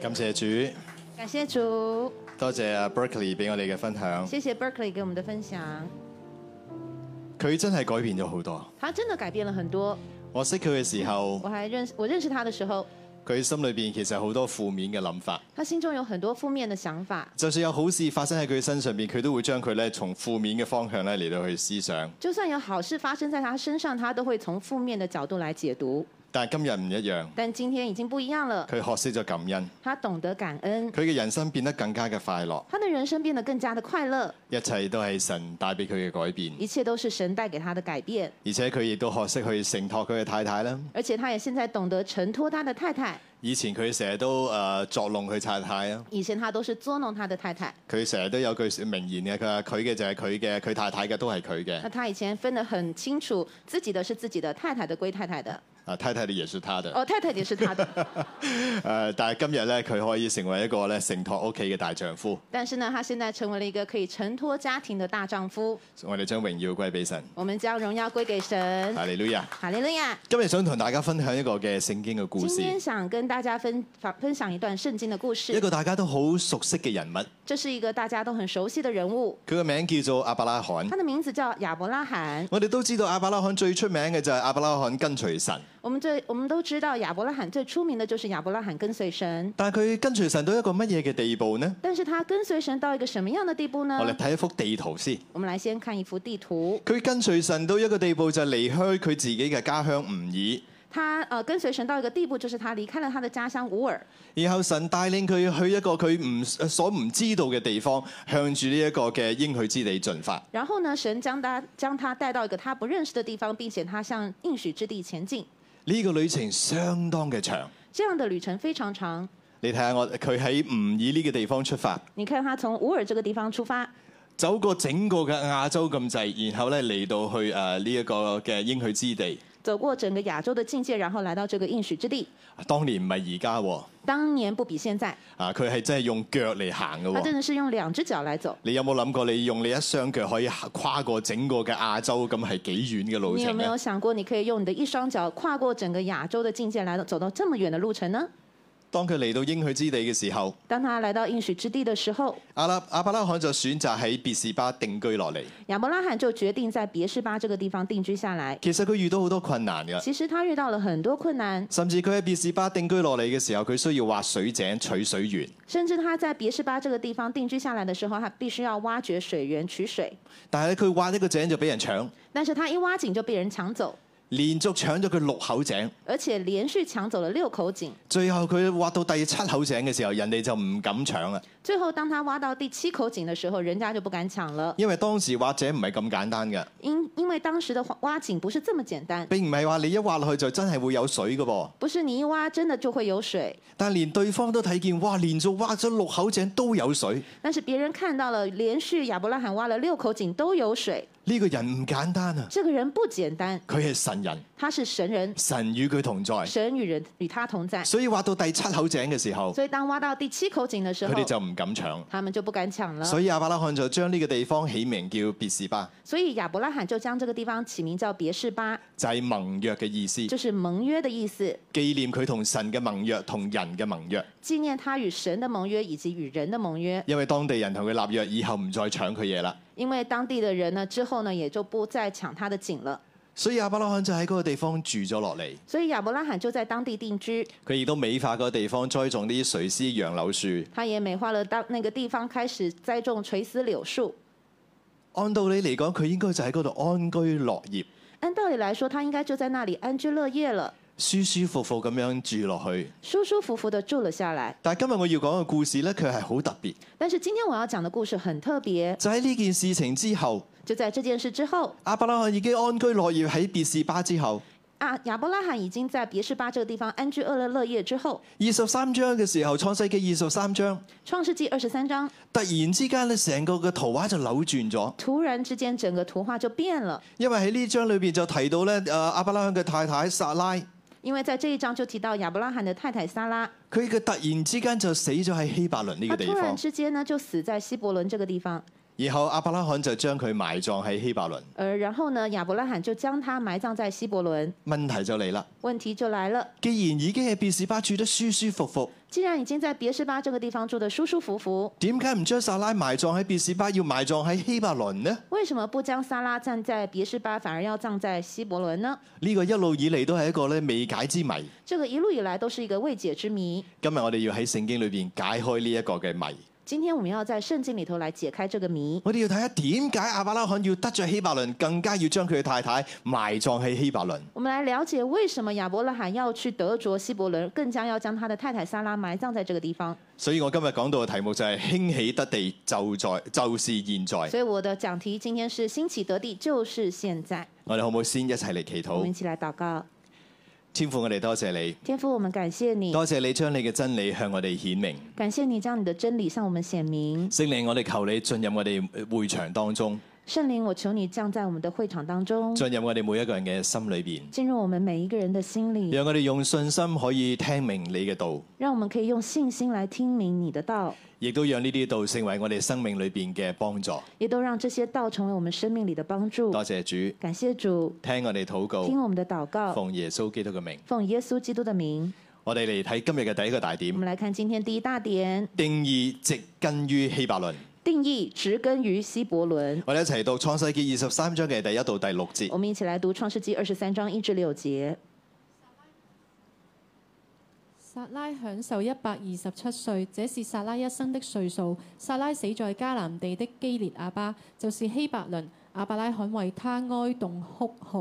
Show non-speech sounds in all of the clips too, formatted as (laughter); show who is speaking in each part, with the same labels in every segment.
Speaker 1: 感謝主，
Speaker 2: 感谢主，
Speaker 1: 多謝阿 Berkeley 俾我哋嘅分享，
Speaker 2: 谢谢 Berkeley 给我们的分享，
Speaker 1: 佢真係改變咗好多。
Speaker 2: 他真的改变了很多。
Speaker 1: 我識佢嘅時候
Speaker 2: 我，还认识我认识他的时候，
Speaker 1: 佢心裏邊其實好多負面嘅諗法，
Speaker 2: 他心中有很多负面的想法，
Speaker 1: 就算有好事發生喺佢身上邊，佢都會將佢咧從負面嘅方向咧嚟到去思想。
Speaker 2: 就算有好事发生在他身上，他都会从负面的角度来解读。
Speaker 1: 但係今日唔一樣，
Speaker 2: 但今天已经不一样了，
Speaker 1: 佢學識咗感恩，
Speaker 2: 他懂得感恩，
Speaker 1: 佢嘅人生變得更加嘅快樂，
Speaker 2: 他的人生变得更加的快乐，
Speaker 1: 一切都係神帶俾佢嘅改變，
Speaker 2: 一切都是神带给他的改变，
Speaker 1: 而且佢亦都學識去承托佢嘅太太啦。
Speaker 2: 而且他也现在懂得承托他的太太。
Speaker 1: 以前佢成日都誒、呃作弄佢太太啊，
Speaker 2: 以前他都是捉弄他的太太，
Speaker 1: 佢成日都有句名言嘅，佢話佢嘅就係佢嘅，佢太太嘅都係佢嘅
Speaker 2: 那，他以前分得很清楚，自己的是自己的，太太的归太太的，
Speaker 1: 啊太太嘅也是他的。
Speaker 2: 哦，太太也是他的。
Speaker 1: 誒、但係今日咧，佢可以成為一個咧承托屋企嘅大丈夫。
Speaker 2: 但是呢，他现在成为了一个可以承托家庭的大丈夫。
Speaker 1: 我哋將榮耀歸俾神。
Speaker 2: 我们将荣耀归给神。
Speaker 1: 哈利路亞！
Speaker 2: 哈利路亚！
Speaker 1: 今日想同大家分享一個嘅聖經嘅故
Speaker 2: 今
Speaker 1: 事，
Speaker 2: 天想跟大家分分享一段圣经的故
Speaker 1: 一
Speaker 2: 事，
Speaker 1: 個大家都好熟悉嘅人物，
Speaker 2: 这是一个大家都很熟悉的人物，
Speaker 1: 佢嘅名叫做亞伯拉罕
Speaker 2: 他。的名字叫亚伯拉罕。
Speaker 1: 我哋都知道亞伯拉罕最出名嘅就係亞伯拉罕跟隨神，
Speaker 2: 我们最我们都知道亚伯拉罕最出名的就是亚伯拉罕跟随神，
Speaker 1: 但係佢跟隨神到一個乜嘢嘅地步呢？
Speaker 2: 但是他跟随神到一个什么样的地步呢
Speaker 1: 我？哋睇一幅地圖先。
Speaker 2: 我们来先看一幅地图，
Speaker 1: 佢跟隨神到一個地步，就離開佢自己嘅家鄉吾爾，
Speaker 2: 他呃跟随神到一个地步，就是他离开了他的家乡乌尔，
Speaker 1: 然後神帶領佢去一個佢唔呃所唔知道嘅地方，向住呢一個嘅應許之地進發。
Speaker 2: 然后呢，神将他将他带到一个他不认识的地方，并且他向应许之地前进。
Speaker 1: 呢、個旅程相當嘅長，
Speaker 2: 这样的旅程非常长。
Speaker 1: 你睇下我佢喺吾爾呢個地方出發，
Speaker 2: 你看他从乌尔这个地方出发，
Speaker 1: 走過整個嘅亞洲咁滯，然後咧嚟到去誒呢一個嘅應許之地。
Speaker 2: 走过整个亚洲的境界，然后来到这个应许之地。
Speaker 1: 當啊年唔係而家喎，
Speaker 2: 当年不比现在，
Speaker 1: 啊佢係真係用腳嚟行嘅
Speaker 2: 他真
Speaker 1: 喎。
Speaker 2: 的是用兩只腳來走。
Speaker 1: 你有冇諗過你用你一雙腳可以跨過整個嘅亞洲咁係幾遠嘅路
Speaker 2: 你有
Speaker 1: 程
Speaker 2: 没
Speaker 1: 呢？
Speaker 2: 有想过，你可以用你的一雙腳跨过整个亚洲的境界，来到走到这么远的路程呢？
Speaker 1: 當佢嚟到應許之地嘅時候，
Speaker 2: 当他来到应许之地的时候，
Speaker 1: 阿拉阿伯拉罕就選擇喺別士巴定居落嚟。
Speaker 2: 亚伯拉罕就决定在别是巴这个地方定居下来。
Speaker 1: 其實佢遇到好多困難嘅，
Speaker 2: 其实他遇到了很多困难，
Speaker 1: 甚至佢喺別士巴定居落嚟嘅時候，佢需要挖水井取水源。
Speaker 2: 甚至他在别是巴这个地方定居下来的时候，他必须要挖掘水源取水，
Speaker 1: 但係咧，佢挖一個井就俾人搶，
Speaker 2: 但是他一挖井就被人抢走，
Speaker 1: 連續搶咗佢六口井。
Speaker 2: 而且连续抢走了六口井。
Speaker 1: 最後佢挖到第七口井嘅時候，人哋就唔敢搶啦，
Speaker 2: 最后，当他挖到第七口井的时候，人家就不敢抢了，
Speaker 1: 因為當時挖井唔係咁簡單嘅，
Speaker 2: 因因为当时的挖挖井不是这么简单，
Speaker 1: 並唔係話你一挖落去就真係會有水嘅噃。
Speaker 2: 不是你一挖真的就会有水，
Speaker 1: 但係連對方都睇見，哇！連續挖咗六口井都有水，
Speaker 2: 但是别人看到了，连续亚伯拉罕挖了六口井都有水，
Speaker 1: 呢、個人唔簡單啊！
Speaker 2: 这个人不简单，
Speaker 1: 佢係神人，
Speaker 2: 他是神人，
Speaker 1: 神與佢同在。
Speaker 2: 神与人与他同在，
Speaker 1: 所以挖到第七口井嘅時候，
Speaker 2: 所以当挖到第七口井的时
Speaker 1: 佢
Speaker 2: 候，
Speaker 1: 哋就唔敢搶。
Speaker 2: 他们就不敢抢了。
Speaker 1: 所以亞伯拉罕就將呢個地方起名叫別是巴，
Speaker 2: 所以亚伯拉罕就将这个地方起名叫别是巴，
Speaker 1: 就係盟約嘅意思，
Speaker 2: 就是盟約的意思，
Speaker 1: 紀念佢同神嘅盟約，同人嘅盟約。
Speaker 2: 纪念他與神的盟約以及與人的盟約。
Speaker 1: 因為當地人同佢立約，以後唔再搶佢嘢啦。
Speaker 2: 因为当地的人呢，之后呢也就不再抢他的井了，
Speaker 1: 所以亞伯拉罕就喺嗰個地方住咗落嚟，
Speaker 2: 所以亚伯拉罕就在当地定居，
Speaker 1: 佢亦都美化嗰個地方，栽種啲垂絲楊柳樹。
Speaker 2: 他也美化了当那个地方，开始栽种垂丝柳树。
Speaker 1: 按道理嚟講，佢應該就喺嗰度安居樂業，
Speaker 2: 按道理来说，他应该就在那里安居樂業了，
Speaker 1: 舒舒服服咁樣住落去。
Speaker 2: 舒舒服服的住了下来。
Speaker 1: 但係今日我要講嘅故事呢，佢係好特別，
Speaker 2: 但是今天我要讲的故事很特别，
Speaker 1: 就喺呢件事情之後。
Speaker 2: 就在这件事之后，
Speaker 1: 阿伯拉罕已經安居樂業喺別士巴之後，
Speaker 2: 啊，亚伯拉罕已经在别是巴这个地方安居乐乐乐业之后，
Speaker 1: 二十三章嘅時候，創世記二十三章，
Speaker 2: 创世纪二十三章
Speaker 1: 突然之間咧，成個嘅圖畫就扭轉咗，
Speaker 2: 突然之间，整个图画就變了，
Speaker 1: 因為喺呢章裏邊就提到咧，誒阿伯拉罕嘅太太撒拉，佢
Speaker 2: 因为在这一章就提到亚伯拉罕的太太撒拉，
Speaker 1: 嘅突然之間就死咗喺希伯倫呢個
Speaker 2: 她
Speaker 1: 地
Speaker 2: 啊突然
Speaker 1: 方。
Speaker 2: 之间呢就死在希伯伦这个地方。
Speaker 1: 然後亞伯拉罕就將佢埋葬喺希伯倫。
Speaker 2: 而然后呢，亚伯拉罕就将他埋葬在希伯伦。
Speaker 1: 問題就嚟啦，
Speaker 2: 问题就来了，
Speaker 1: 既然已經喺別是巴住得舒舒服服，
Speaker 2: 既然已经在别是巴这个地方住得舒舒服服，
Speaker 1: 點解唔將撒拉埋葬喺別是巴，要埋葬喺希伯倫呢？
Speaker 2: 为什么不将撒拉葬在别是巴，反而要葬在希伯伦呢？
Speaker 1: 呢、個一路以嚟都係一個咧未解之謎。
Speaker 2: 这个一路以来都是一个未解之谜。
Speaker 1: 今日我哋要喺聖經裏邊解開呢一個嘅謎。
Speaker 2: 今天我们要在圣经里头来解开这个谜。
Speaker 1: 我哋要睇下點解亞伯拉罕要得着希伯倫，更加要將佢嘅太太埋葬喺希伯倫。
Speaker 2: 我们来了解为什么亚伯拉罕要去德卓希伯伦，更加要将他的太太撒拉埋葬在这个地方。
Speaker 1: 所以我今日講到嘅題目就係興起得地就在，就是現在。
Speaker 2: 所以我的讲题今天是兴起得地，就是现在。
Speaker 1: 我哋好唔好先一齊嚟祈
Speaker 2: 我们
Speaker 1: 禱？
Speaker 2: 一起来祷告，
Speaker 1: 天父，我哋多謝你，
Speaker 2: 天父，我们感谢你，
Speaker 1: 多謝你將你嘅真理向我哋顯明。
Speaker 2: 感谢你将你的真理向我们显明。
Speaker 1: 聖靈，我哋求你進入我哋會場當中，
Speaker 2: 圣灵，我求你降在我们的会场当中，
Speaker 1: 進入我哋每一個人嘅心裏邊，
Speaker 2: 进入我们每一个人的心里，
Speaker 1: 讓我哋用信心可以聽明你嘅道，
Speaker 2: 让我们可以用信心来听明你的道，
Speaker 1: 亦都讓呢啲道成為我哋生命裏邊嘅幫助。
Speaker 2: 也都让这些道成为我们生命里的帮助。
Speaker 1: 多謝主，
Speaker 2: 感谢主，
Speaker 1: 聽我哋禱
Speaker 2: 听
Speaker 1: 告，
Speaker 2: 我们的祷告，
Speaker 1: 奉耶穌基督嘅名。
Speaker 2: 奉耶稣基督的名，
Speaker 1: 我哋嚟睇今日嘅第一個大
Speaker 2: 我
Speaker 1: 點，
Speaker 2: 们来看今天第一大点。
Speaker 1: 定義植根於希伯倫。
Speaker 2: 定义植根于希伯伦。
Speaker 1: 我哋一齊讀創世記二十三章嘅第一到第六節。
Speaker 2: 我们一起来读《创世纪二十三章一至六节。
Speaker 3: 撒拉享受一百二十七歲，這是撒拉一生的歲數。撒拉死在迦南地的基列亞巴，就是希伯倫。亞伯拉罕為他哀慟哭號。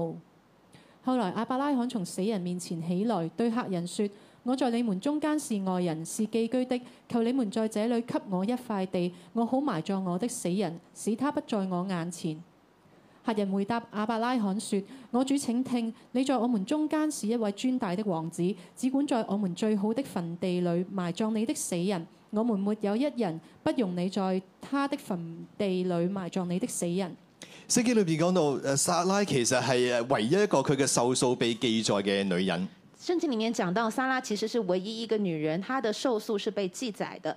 Speaker 3: 後來亞伯拉罕從死人面前起來，對客人說：我在你們中間是外人，是寄居的，求你們在這裏給我一塊地，我好埋葬我的死人，使他不在我眼前。客人回答亞伯拉罕說：我主請聽，你在我們中間是一位尊大的王子，只管在我們最好的墳地裏埋葬你的死人。我們沒有一人不容你在他的墳地裏埋葬你的死人。
Speaker 1: 聖經裏邊講到，誒撒拉其實係誒唯一一個佢嘅壽數被記載嘅女人。
Speaker 2: 圣经里面讲到，撒拉其实是唯一一个女人，她的寿数是被记载的，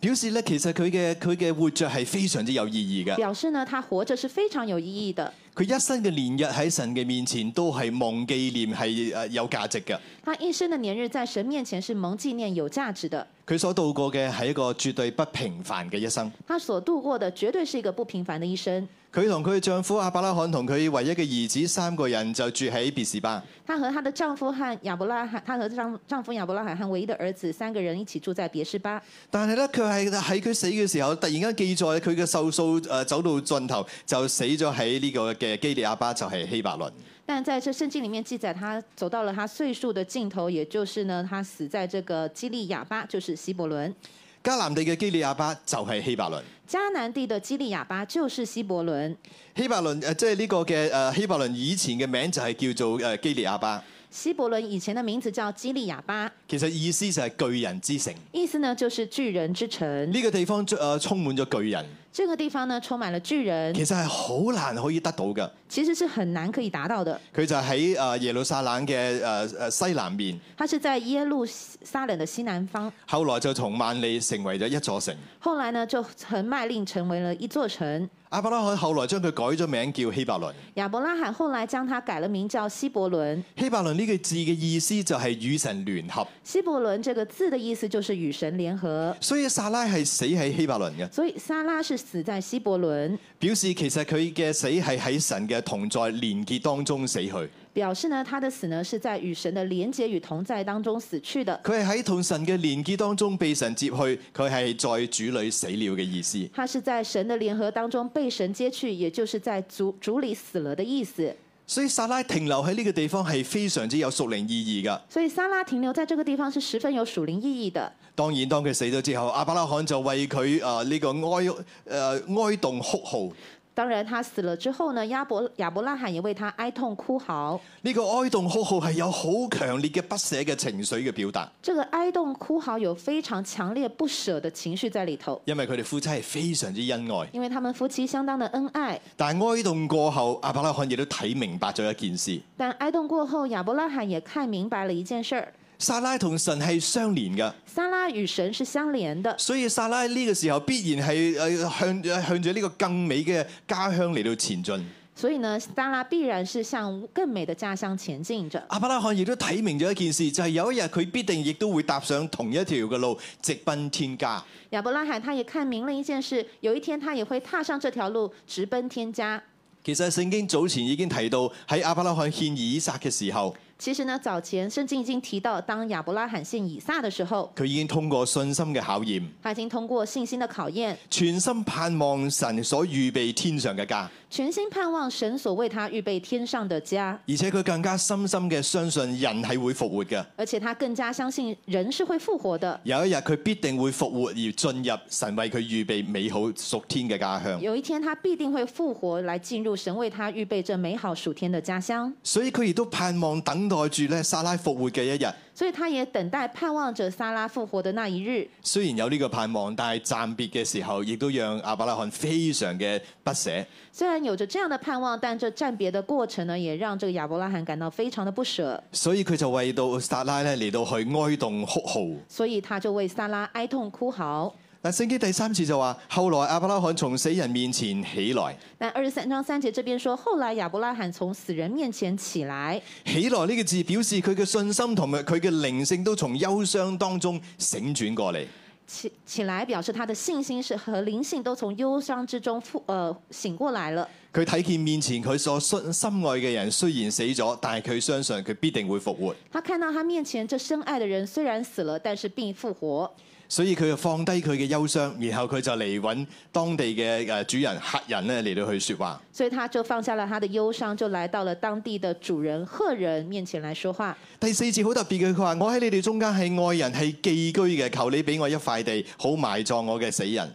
Speaker 1: 表示咧，其實佢嘅佢嘅活着係非常之有意義嘅。
Speaker 2: 表示呢她活着是非常有意义的。
Speaker 1: 佢一生嘅年日喺神嘅面前都係蒙紀念，係誒有價值嘅。
Speaker 2: 她一生的年日在神面前是蒙纪念、有價值的。
Speaker 1: 佢所度過嘅係一個絕對不平凡嘅一生。
Speaker 2: 她所度过的绝对是一个不平凡的一生。
Speaker 1: 佢同佢嘅丈夫亞伯拉罕同佢唯一嘅兒子三個人就住喺別士巴。
Speaker 2: 她和她的丈夫和亚伯拉罕，她和丈丈夫亚伯拉罕和唯一的儿子三个人一起住在别是巴。
Speaker 1: 但係咧，佢係喺佢死嘅時候，突然間記載佢嘅壽數誒走到盡頭，就死咗喺呢個嘅基利亞巴，就係希伯倫。
Speaker 2: 但在这圣经里面记载，他走到了他岁数的尽头，也就是呢，他死在这个基利亚巴，就是希伯伦。
Speaker 1: 迦南地嘅基利亞巴就係希伯倫。
Speaker 2: 迦南地的基利亚巴就是希伯伦，
Speaker 1: 希伯倫誒，呃即係呢個嘅誒希伯倫以前嘅名就係叫做呃誒基利亞巴，
Speaker 2: 希伯伦以前的名字叫基利亚巴，
Speaker 1: 其實意思就係巨人之城。呢、
Speaker 2: 意思呢就是巨人之城。
Speaker 1: 個地方誒充滿咗巨人，
Speaker 2: 这个地方呢充满了巨人，
Speaker 1: 其實係好難可以得到嘅。
Speaker 2: 其实是很难可以达到的。
Speaker 1: 佢就喺誒耶路撒冷嘅誒誒西南面，
Speaker 2: 它是在耶路撒冷的西南方，
Speaker 1: 後來就從萬里成為咗一座城。
Speaker 2: 后来呢就曾卖令成为了一座城。
Speaker 1: 亞伯拉罕後來將佢改咗名叫希伯倫。
Speaker 2: 亚伯拉罕后来将它改了名叫希伯伦。
Speaker 1: 希伯倫呢個字嘅意思就係與神聯合，
Speaker 2: 希伯伦这个字的意思就是与神联合。
Speaker 1: 所以撒拉係死喺希伯倫嘅，
Speaker 2: 所以撒拉是死在希伯伦，
Speaker 1: 表示其實佢嘅死係喺神嘅同在連結當中死去。佢
Speaker 2: 表示呢他的死呢是在与神的连结与同在当中死去的。
Speaker 1: 係喺同神嘅連結當中被神接去，佢係在主裏死了嘅意思。
Speaker 2: 他是在神的联合当中被神接去，也就是在主主里死了的意思。
Speaker 1: 所以撒拉停留喺呢個地方係非常之有屬靈意義㗎。
Speaker 2: 所以撒拉停留在这个地方是十分有属灵意义的。
Speaker 1: 當然，當佢死咗之後，亞伯拉罕就為佢誒呢個哀誒、呃哀動哭號。
Speaker 2: 当然，他死了之后呢，亚伯亚伯拉罕也为他哀痛哭嚎。
Speaker 1: 呢、個哀動哭號係有好強烈嘅不捨嘅情緒嘅表達，
Speaker 2: 这个哀痛哭嚎有非常強烈不舍的情绪在里头，
Speaker 1: 因為佢哋夫妻係非常之恩愛。
Speaker 2: 因为他们夫妻相当的恩爱。
Speaker 1: 但係哀動過後，亞伯拉罕亦都睇明白咗一件事：
Speaker 2: 但哀痛过后，亚伯拉罕也看明白了一件事儿：
Speaker 1: 撒拉同神係相連嘅，
Speaker 2: 撒拉与神是相连的，
Speaker 1: 所以撒拉呢個時候必然係誒向向住呢個更美嘅家鄉嚟到前進。
Speaker 2: 所以呢，撒拉必然是向更美的家乡前进着。
Speaker 1: 阿伯拉罕亦都睇明咗一件事，就係、有一日佢必定亦都會踏上同一條嘅路，直奔天家。
Speaker 2: 亚伯拉罕他也看明了一件事，有一天他也会踏上这条路，直奔天家。
Speaker 1: 其實聖經早前已經提到喺亞伯拉罕獻以撒嘅時候，
Speaker 2: 其实呢，早前圣经已经提到，当亚伯拉罕献以撒的时候，
Speaker 1: 佢已經通過信心嘅考驗，
Speaker 2: 他已经通过信心的考验，
Speaker 1: 全心盼望神所預備天上嘅家，
Speaker 2: 全心盼望神所为他预备天上的家，
Speaker 1: 而且佢更加深深嘅相信人係會復活嘅。
Speaker 2: 而且他更加相信人是会复活的。
Speaker 1: 有一日佢必定會復活而進入神為佢預備美好屬天嘅家鄉。
Speaker 2: 有一天他必定会复活，来进入神为他预备这美好属天的家乡。
Speaker 1: 所以佢亦都盼望等待住咧撒拉復活嘅一日。
Speaker 2: 所以他也等待盼望着撒拉复活的那一日。
Speaker 1: 雖然有呢個盼望，但係暫別嘅時候，亦都讓亞伯拉罕非常嘅不捨。
Speaker 2: 虽然有着这样的盼望，但这暂别的过程呢，也让这个亚伯拉罕感到非常的不舍，
Speaker 1: 所以佢就為到撒拉咧嚟到去哀動哭號。
Speaker 2: 所以他就为撒拉哀痛哭嚎。
Speaker 1: 但聖經第三次就話：後來亞伯拉罕從死人面前起來，
Speaker 2: 但二十三章三节这边说，后来亚伯拉罕从死人面前起来，
Speaker 1: 起來呢個字表示佢嘅信心同埋佢嘅靈性都從憂傷當中醒轉過嚟。
Speaker 2: 起起来表示他的信心是和灵性都从忧伤之中复呃醒过来了。
Speaker 1: 佢睇見面前佢所信心愛嘅人雖然死咗，但係佢相信佢必定會復活，
Speaker 2: 他看到他面前这深爱的人虽然死了，但是并复活，
Speaker 1: 所以佢就放低佢嘅憂傷，然後佢就嚟揾當地嘅誒主人客人咧嚟到去説話。
Speaker 2: 所以他就放下了他的忧伤，就来到了当地的主人赫人面前来说话。
Speaker 1: 第四節好特別嘅，佢話：我喺你哋中間係愛人係寄居嘅，求你俾我一塊地，好埋葬我嘅死人。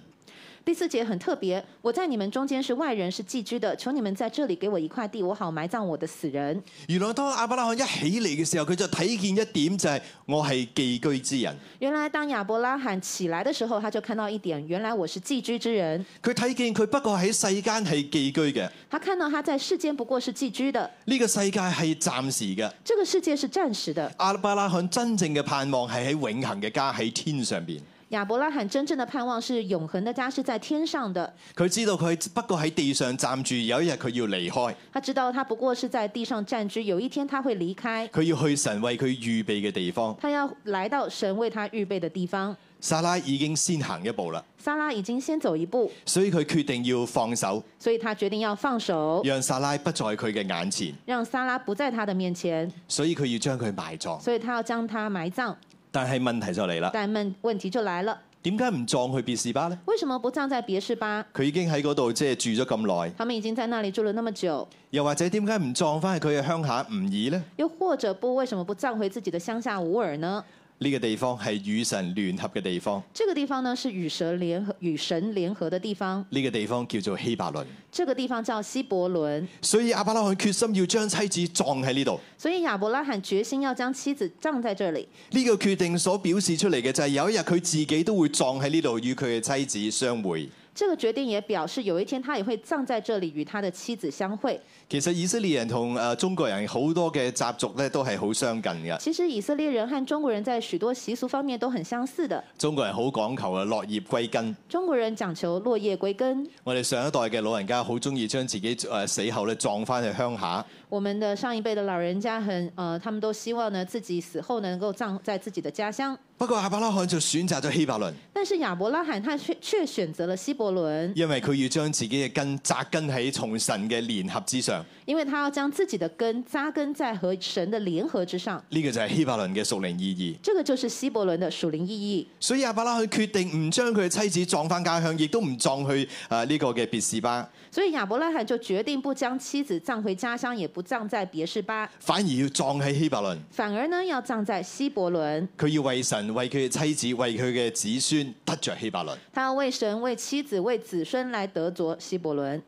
Speaker 2: 第四节很特别，我在你们中间是外人，是寄居的，求你们在这里给我一块地，我好埋葬我的死人。
Speaker 1: 原來當亞伯拉罕一起嚟嘅時候，佢就睇見一點就係、我係寄居之人。
Speaker 2: 原来当亚伯拉罕起来的时候，他就看到一點，原来我是寄居之人。
Speaker 1: 佢睇見佢不過喺世間係寄居嘅，呢、
Speaker 2: 他看到他在世间不過是寄居的，
Speaker 1: 個世界係暫時嘅。
Speaker 2: 这个世界是暂时的。
Speaker 1: 阿伯拉罕真正嘅盼望係喺永恆嘅家喺天上邊。
Speaker 2: 亚伯拉罕真正的盼望是永恒的家是在天上的，
Speaker 1: 佢知道佢不過喺地上站住，有一日佢要離開，
Speaker 2: 他知道他不過是在地上暂居，有一天他会离开，
Speaker 1: 佢要去神為佢預備嘅地方。
Speaker 2: 他要来到神为他预备的地方。
Speaker 1: 撒拉已經先行一步啦，
Speaker 2: 撒拉已经先走一步，
Speaker 1: 所以佢決定要放手，
Speaker 2: 所以他决定要放手，
Speaker 1: 讓撒拉不在佢嘅眼前，
Speaker 2: 让撒拉不在他的面前，
Speaker 1: 所以佢要將佢埋葬。
Speaker 2: 所以他要将他埋葬。
Speaker 1: 但係問題就嚟啦，
Speaker 2: 但问问题就来了，
Speaker 1: 點解唔葬去別士巴呢？
Speaker 2: 为什么不葬在别是巴？
Speaker 1: 佢已經喺嗰度即係住咗咁耐，
Speaker 2: 他们已经在那里住了那么久，
Speaker 1: 又或者點解唔葬翻去佢嘅鄉下吾爾呢？
Speaker 2: 又或者不为什么不葬回自己的乡下乌尔呢？
Speaker 1: 呢、個地方係與神聯合嘅地方，
Speaker 2: 这个地方呢是与神联合与神联合的地方，
Speaker 1: 呢、個地方叫做希伯倫。
Speaker 2: 这个地方叫希伯伦。
Speaker 1: 所以阿伯拉罕決心要將妻子葬喺呢度。
Speaker 2: 所以亚伯拉罕决心要将妻子葬在这里。
Speaker 1: 呢、個決定所表示出嚟嘅就係有一日佢自己都會葬喺呢度，與佢嘅妻子相會。
Speaker 2: 这个决定也表示，有一天他也会葬在这里，与他的妻子相会。
Speaker 1: 其實以色列人同誒中國人好多嘅習俗咧都係好相近嘅。
Speaker 2: 其实以色列人和中国人在许多习俗方面都很相似的。
Speaker 1: 中國人好講求啊落葉歸根。
Speaker 2: 中国人讲求落叶归根，
Speaker 1: 我哋上一代嘅老人家好中意將自己誒死後咧葬翻去鄉下。
Speaker 2: 我们的上一辈的老人家很呃，他们都希望呢自己死后能够葬在自己的家乡。
Speaker 1: 不過阿伯拉罕就選擇咗希伯倫，
Speaker 2: 但是亚伯拉罕他却却选择了希伯伦，
Speaker 1: 因為佢要將自己嘅根扎根喺從神嘅聯合之上。
Speaker 2: 因为他要将自己的根扎根在和神的联合之上。
Speaker 1: 呢、個就係希伯倫嘅屬靈意義。
Speaker 2: 这个就是希伯伦的属灵意义。
Speaker 1: 所以阿伯拉罕決定唔將佢嘅妻子葬翻家鄉，亦都唔葬去誒呢個嘅別士巴，
Speaker 2: 所以亚伯拉罕就决定不将妻子葬回家乡，也不葬在别是巴，
Speaker 1: 反而要葬喺希伯倫。
Speaker 2: 反而呢要葬在希伯伦。
Speaker 1: 佢要為神、為佢嘅妻子、為佢嘅子孫得着希伯倫。
Speaker 2: 他要为神、为妻子、为子孙来得着希伯伦。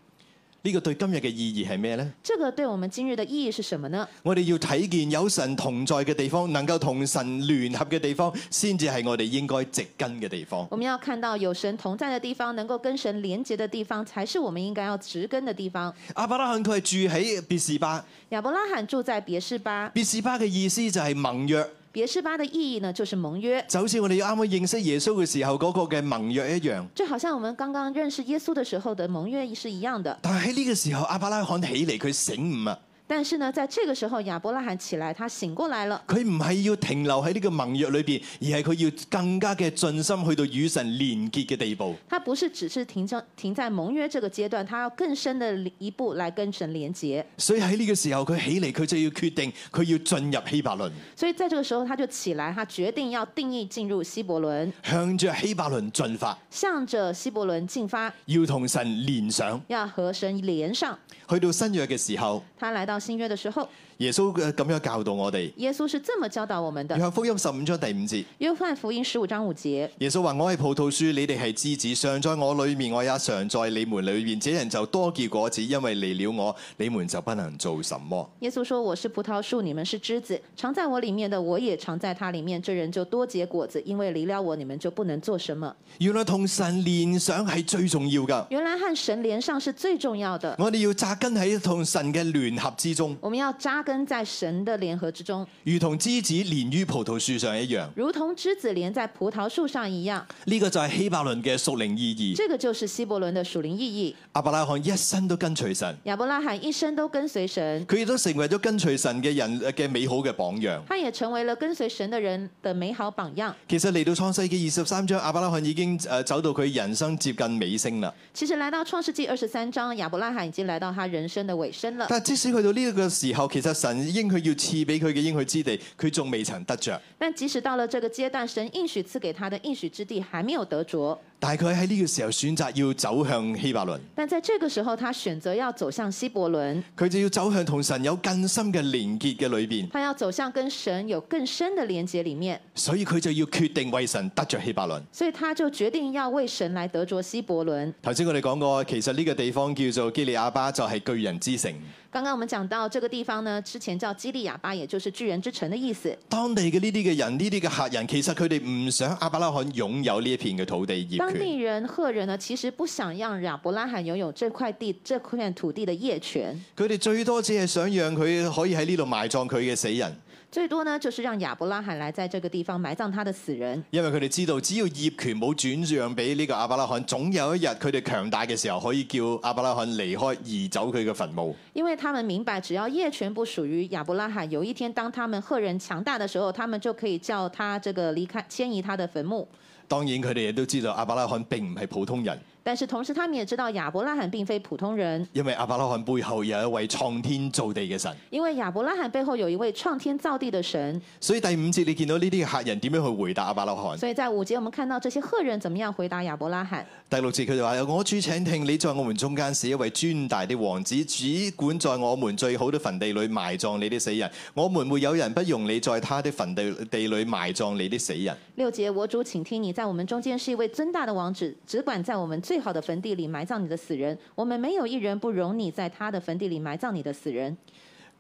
Speaker 1: 呢、個對今日嘅意義係咩呢？
Speaker 2: 这个对我们今日的意义是什么呢？
Speaker 1: 我哋要睇見有神同在嘅地方，能夠同神聯合嘅地方，先至係我哋應該植根嘅地方。
Speaker 2: 我们要看到有神同在的地方，能够跟神连结的地方，才是我们应该要植根的地方。
Speaker 1: 阿伯拉罕佢係住喺別士巴，
Speaker 2: 亚伯拉罕住在别是巴，
Speaker 1: 別士巴嘅意思就係盟約，
Speaker 2: 别是巴的意义呢，就是盟约。
Speaker 1: 就好似我哋啱啱認識耶穌嘅時候嗰個嘅盟約一樣。
Speaker 2: 就好像我们刚刚认识耶稣的时候的盟约是一样的，
Speaker 1: 但係喺呢個時候，亞伯拉罕起嚟，佢醒悟啊！
Speaker 2: 但是呢，在这个时候亚伯拉罕起来，他醒过来了，
Speaker 1: 佢唔係要停留喺呢個盟約裏邊，而係佢要更加嘅盡心去到與神連結嘅地步。
Speaker 2: 他不是只是停在停在盟约这个阶段，他要更深的一步来跟神连结。
Speaker 1: 所以喺呢個時候，佢起嚟，佢就要決定，佢要進入希伯倫，
Speaker 2: 所以在这个时候他就起来，他决定要定义进入希伯伦，
Speaker 1: 向着希伯倫進發，
Speaker 2: 向着希伯伦进发，
Speaker 1: 要同神連上。
Speaker 2: 要和神连上。
Speaker 1: 去到新約嘅時候，
Speaker 2: 他来到新约的时候，
Speaker 1: 耶穌嘅咁樣教導我哋。
Speaker 2: 耶稣是这么教导我们
Speaker 1: 約
Speaker 2: 的。
Speaker 1: 翰福音十五章第五節，
Speaker 2: 约翰福音十五章五节，
Speaker 1: 耶穌話：我係葡萄樹，你哋係枝子，常在我裏面，我也常在你們裏面。這人就多結果子，因為離了我，你們就不能做什麼。
Speaker 2: 耶稣说：“我是葡萄树，你们是枝子，常在我里面的，我也常在他里面。这人就多结果子，因为离了我，你们就不能做什么。
Speaker 1: 原來同神連上係最重要噶”，
Speaker 2: 原来和神连上是最重要的。
Speaker 1: 我哋要扎根喺同神嘅聯合之中，
Speaker 2: 我们要扎根在神的联合之中，
Speaker 1: 如同枝子連於葡萄樹上一樣。
Speaker 2: 如同枝子连在葡萄树上一样。
Speaker 1: 呢、個就係希伯倫嘅屬靈意義。
Speaker 2: 这个就是希伯伦的属灵意义。
Speaker 1: 阿伯拉罕一生都跟隨神，
Speaker 2: 亚伯拉罕一生都跟随神，
Speaker 1: 佢亦都成為咗跟隨神嘅人呃嘅美好嘅榜樣。
Speaker 2: 他也成为了跟随神的人的美好榜样。
Speaker 1: 其實嚟到創世嘅二十三章，阿伯拉罕已經誒走到佢人生接近尾聲啦。
Speaker 2: 其实来到创世纪二十三章，亚伯拉罕已经来到他人生的尾声了。
Speaker 1: 但即使去到呢個時候，其實神應許要賜俾佢嘅應許之地，佢仲未曾得着。
Speaker 2: 但即使到了这个阶段，神应许赐给他的应许之地还没有得着，
Speaker 1: 但係佢喺呢個時候選擇要走向希伯倫，
Speaker 2: 但在这个时候，他选择要走向希伯伦，
Speaker 1: 佢就要走向同神有更深嘅連結嘅裏邊，
Speaker 2: 他要走向跟神有更深的连接里面，
Speaker 1: 所以佢就要決定為神得着希伯倫。
Speaker 2: 所以他就决定要为神来得着希伯伦。
Speaker 1: 頭先我哋講過，其實呢個地方叫做基利亞巴，就係巨人之城。
Speaker 2: 刚刚我们讲到这个地方呢，之前叫基利亚巴，也就是巨人之城的意思。
Speaker 1: 當地嘅呢啲嘅人，呢啲嘅客人，其實佢哋唔想阿伯拉罕擁有呢一片嘅土地業
Speaker 2: 当
Speaker 1: 權。
Speaker 2: 地人赫人呢，其实不想让亚伯拉罕拥有这块地、这片土地的业权，
Speaker 1: 佢哋最多只係想讓佢可以喺呢度埋葬佢嘅死人，
Speaker 2: 最多呢就是让亚伯拉罕来在这个地方埋葬他的死人。
Speaker 1: 因為佢哋知道只要業權冇轉讓俾呢個阿伯拉罕，總有一日佢哋強大嘅時候可以叫阿伯拉罕離開移走佢嘅墳墓。
Speaker 2: 因为他们明白，只要业权不属于亚伯拉罕，有一天当他们赫人强大的时候，他们就可以叫他这个离开迁移他的坟墓。
Speaker 1: 當然佢哋亦都知道阿伯拉罕並唔係普通人，
Speaker 2: 但是同时，他们也知道亚伯拉罕并非普通人，
Speaker 1: 因為阿伯拉罕背後有一位創天造地嘅神。
Speaker 2: 因为亚伯拉罕背后有一位创天造地的神。
Speaker 1: 所以第五節你見到呢啲嘅客人點樣去回答阿伯拉罕？
Speaker 2: 所以在五节，我们看到这些赫人怎么样回答亚伯拉罕。
Speaker 1: 第六節佢就話：我主請聽，你在我們中間是一位尊大的王子，主管在我們最好的墳地裏埋葬你的死人。我們沒有人不容你在他的墳地地裏埋葬你的死人。
Speaker 2: 六节，我主，请听你在我们中间是一位尊大的王子，只管在我们最好的坟地里埋葬你的死人。我们没有一人不容你在他的坟地里埋葬你的死人。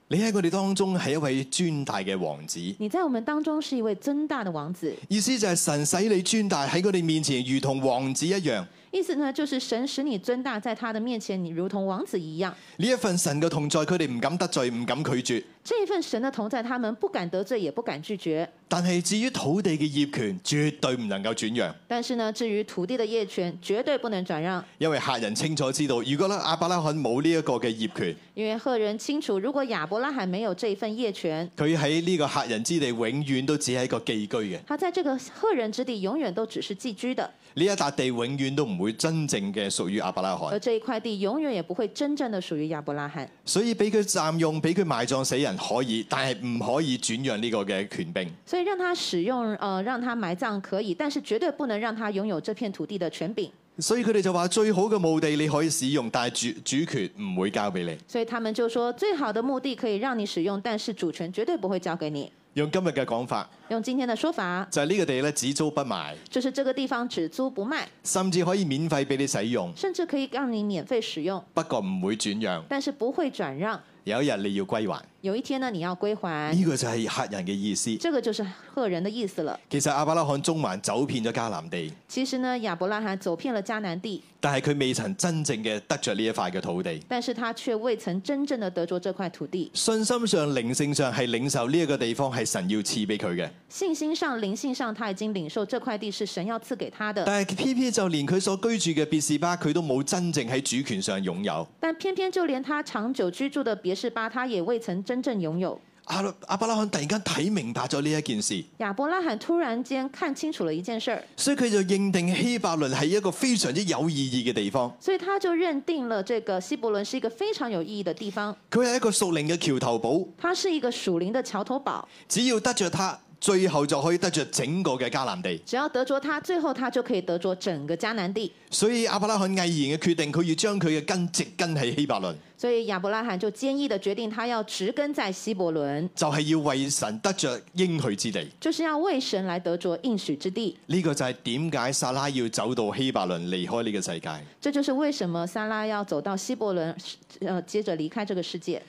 Speaker 1: 你喺我哋當中係一位尊大嘅王子，
Speaker 2: 你在我们当中是一位尊大的王子，
Speaker 1: 意思就係神使你尊大喺我哋面前，如同王子一樣。
Speaker 2: 意思呢，就是神使你尊大，在他的面前，你如同王子一样。
Speaker 1: 呢一份神嘅同在，佢哋唔敢得罪，唔敢拒絕。
Speaker 2: 这一份神的同在，他们不敢得罪，也不敢拒绝。
Speaker 1: 但係至於土地嘅業權，絕對唔能夠轉讓。
Speaker 2: 但是呢，至于土地的业权，绝对不能转让，
Speaker 1: 因為客人清楚知道，如果咧阿伯拉罕冇呢一個嘅業權，
Speaker 2: 因为赫人清楚，如果亚伯拉罕没有这一份业权，
Speaker 1: 佢喺呢個客人之地永遠都只係一個寄居嘅，
Speaker 2: 他在这个赫人之地永远都只是寄居的，
Speaker 1: 呢一笪地永遠都唔會真正嘅屬於阿伯拉
Speaker 2: 而
Speaker 1: 罕，
Speaker 2: 这一块地永远也不会真正的属于亚伯拉罕。
Speaker 1: 所以俾佢佔用、俾佢埋葬死人可以，但係唔可以轉讓呢個嘅權柄。
Speaker 2: 所以让他使用，呃，让他埋葬可以，但是绝对不能让他拥有这片土地的权柄。
Speaker 1: 所以佢哋就話最好嘅墓地你可以使用，但係主主權唔會交俾你。
Speaker 2: 所以他们就说，最好的目的可以让你使用，但是主权绝对不会交给你。
Speaker 1: 用今日嘅講法，
Speaker 2: 用今天的说法，
Speaker 1: 就係、呢個地咧只租不賣，
Speaker 2: 就是这个地方只租不卖，
Speaker 1: 甚至可以免費俾你使用，
Speaker 2: 甚至可以让你免费使用，
Speaker 1: 不過唔會轉讓。
Speaker 2: 但是不会转让。
Speaker 1: 有一日你要歸還。
Speaker 2: 有一天呢，你要归还。
Speaker 1: 呢個就係客人嘅意思。
Speaker 2: 这个就是赫人的意思了。
Speaker 1: 其實亞伯拉罕中環走遍咗迦南地，
Speaker 2: 其实呢，亚伯拉罕走遍了迦南地，
Speaker 1: 但係佢未曾真正嘅得着呢一塊嘅土地。
Speaker 2: 但是他却未曾真正的得着這塊土地。
Speaker 1: 信心上、靈性上係領受呢一個地方係神要賜俾佢嘅，
Speaker 2: 信心上、灵性上，他已經領受這塊地是神要賜給他的，
Speaker 1: 但係偏偏就連佢所居住嘅別士巴，佢都冇真正喺主權上擁有。
Speaker 2: 但偏偏就連他長久居住的別是巴，他也未曾真正擁有。
Speaker 1: 阿勒阿伯拉罕突然間睇明白咗呢一件事，
Speaker 2: 亞伯拉罕突然間看清楚了一件事儿，
Speaker 1: 所以佢就認定希伯倫係一個非常之有意義嘅地方，
Speaker 2: 所以他就認定了這個希伯倫是一個非常有意義的地方，
Speaker 1: 佢係一個屬靈嘅橋頭堡，
Speaker 2: 它是一個屬靈的橋頭堡，
Speaker 1: 只要得着它，最後就可以得着整個嘅迦南地。
Speaker 2: 只要得着它，最後他就可以得着整個迦南地。
Speaker 1: 所以阿伯拉罕毅然嘅決定，佢要將佢嘅根植根喺希伯倫，
Speaker 2: 所以亞伯拉罕就堅毅的決定，他要植根在希伯倫，
Speaker 1: 就係、要為神得着應許之地。
Speaker 2: 就是要為神來得着應許之地。
Speaker 1: 呢、個就係點解撒拉要走到希伯倫，離開呢個世界。
Speaker 2: 这就是為什麼撒拉要走到希伯倫，呃，接着離開這個世界。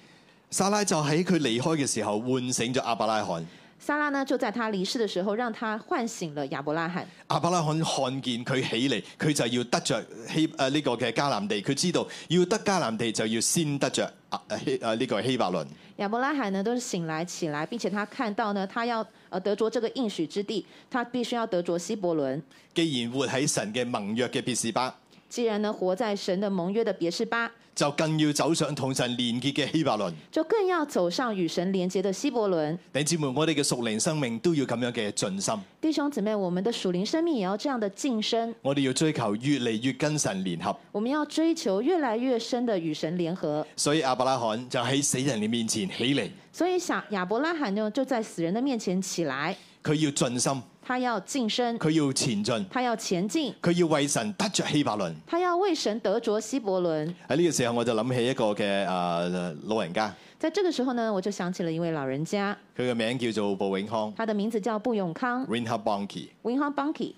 Speaker 1: 撒拉就喺佢離開嘅時候喚醒咗阿伯拉罕。
Speaker 2: 撒拉呢，就在他離世的時候，讓他喚醒了亞伯拉罕。
Speaker 1: 阿伯拉罕看見佢起嚟，佢就要得着希誒呢個嘅迦南地。佢知道要得迦南地就要先得着啊啊希啊呢個希伯倫。
Speaker 2: 亞伯拉罕呢，都是醒來起來，並且他看到呢，他要呃得着這個應許之地，他必須要得着希伯倫。
Speaker 1: 既然活喺神嘅盟約嘅別是巴，
Speaker 2: 既然呢活在神的盟約的別是巴，
Speaker 1: 就更要走上同神連結嘅希伯倫。
Speaker 2: 就更要走上與神連接的希伯倫。
Speaker 1: 弟兄姊妹，我哋嘅屬靈生命都要咁樣嘅盡心，
Speaker 2: 弟兄姊妹，我們的屬靈生命也要這樣的晋升，
Speaker 1: 我哋要追求越嚟越跟神聯合。
Speaker 2: 我們要追求越來越深的與神聯合。
Speaker 1: 所以阿伯拉罕就喺死人嘅面前起嚟，
Speaker 2: 所以想亞伯拉罕呢，就在死人的面前起來，
Speaker 1: 佢要盡心，
Speaker 2: 他要晋升，
Speaker 1: 佢要前進，
Speaker 2: 他要前進，
Speaker 1: 佢要為神得着希伯倫。
Speaker 2: 他要為神得着希伯倫。
Speaker 1: 喺呢個時候，我就諗起一個嘅誒、呃老人家，
Speaker 2: 在這個時候呢，我就想起了一位老人家，
Speaker 1: 佢嘅名叫做布永康
Speaker 2: 他的名字叫布永康
Speaker 1: r i n h a b o n k i
Speaker 2: w i n h a b a n k i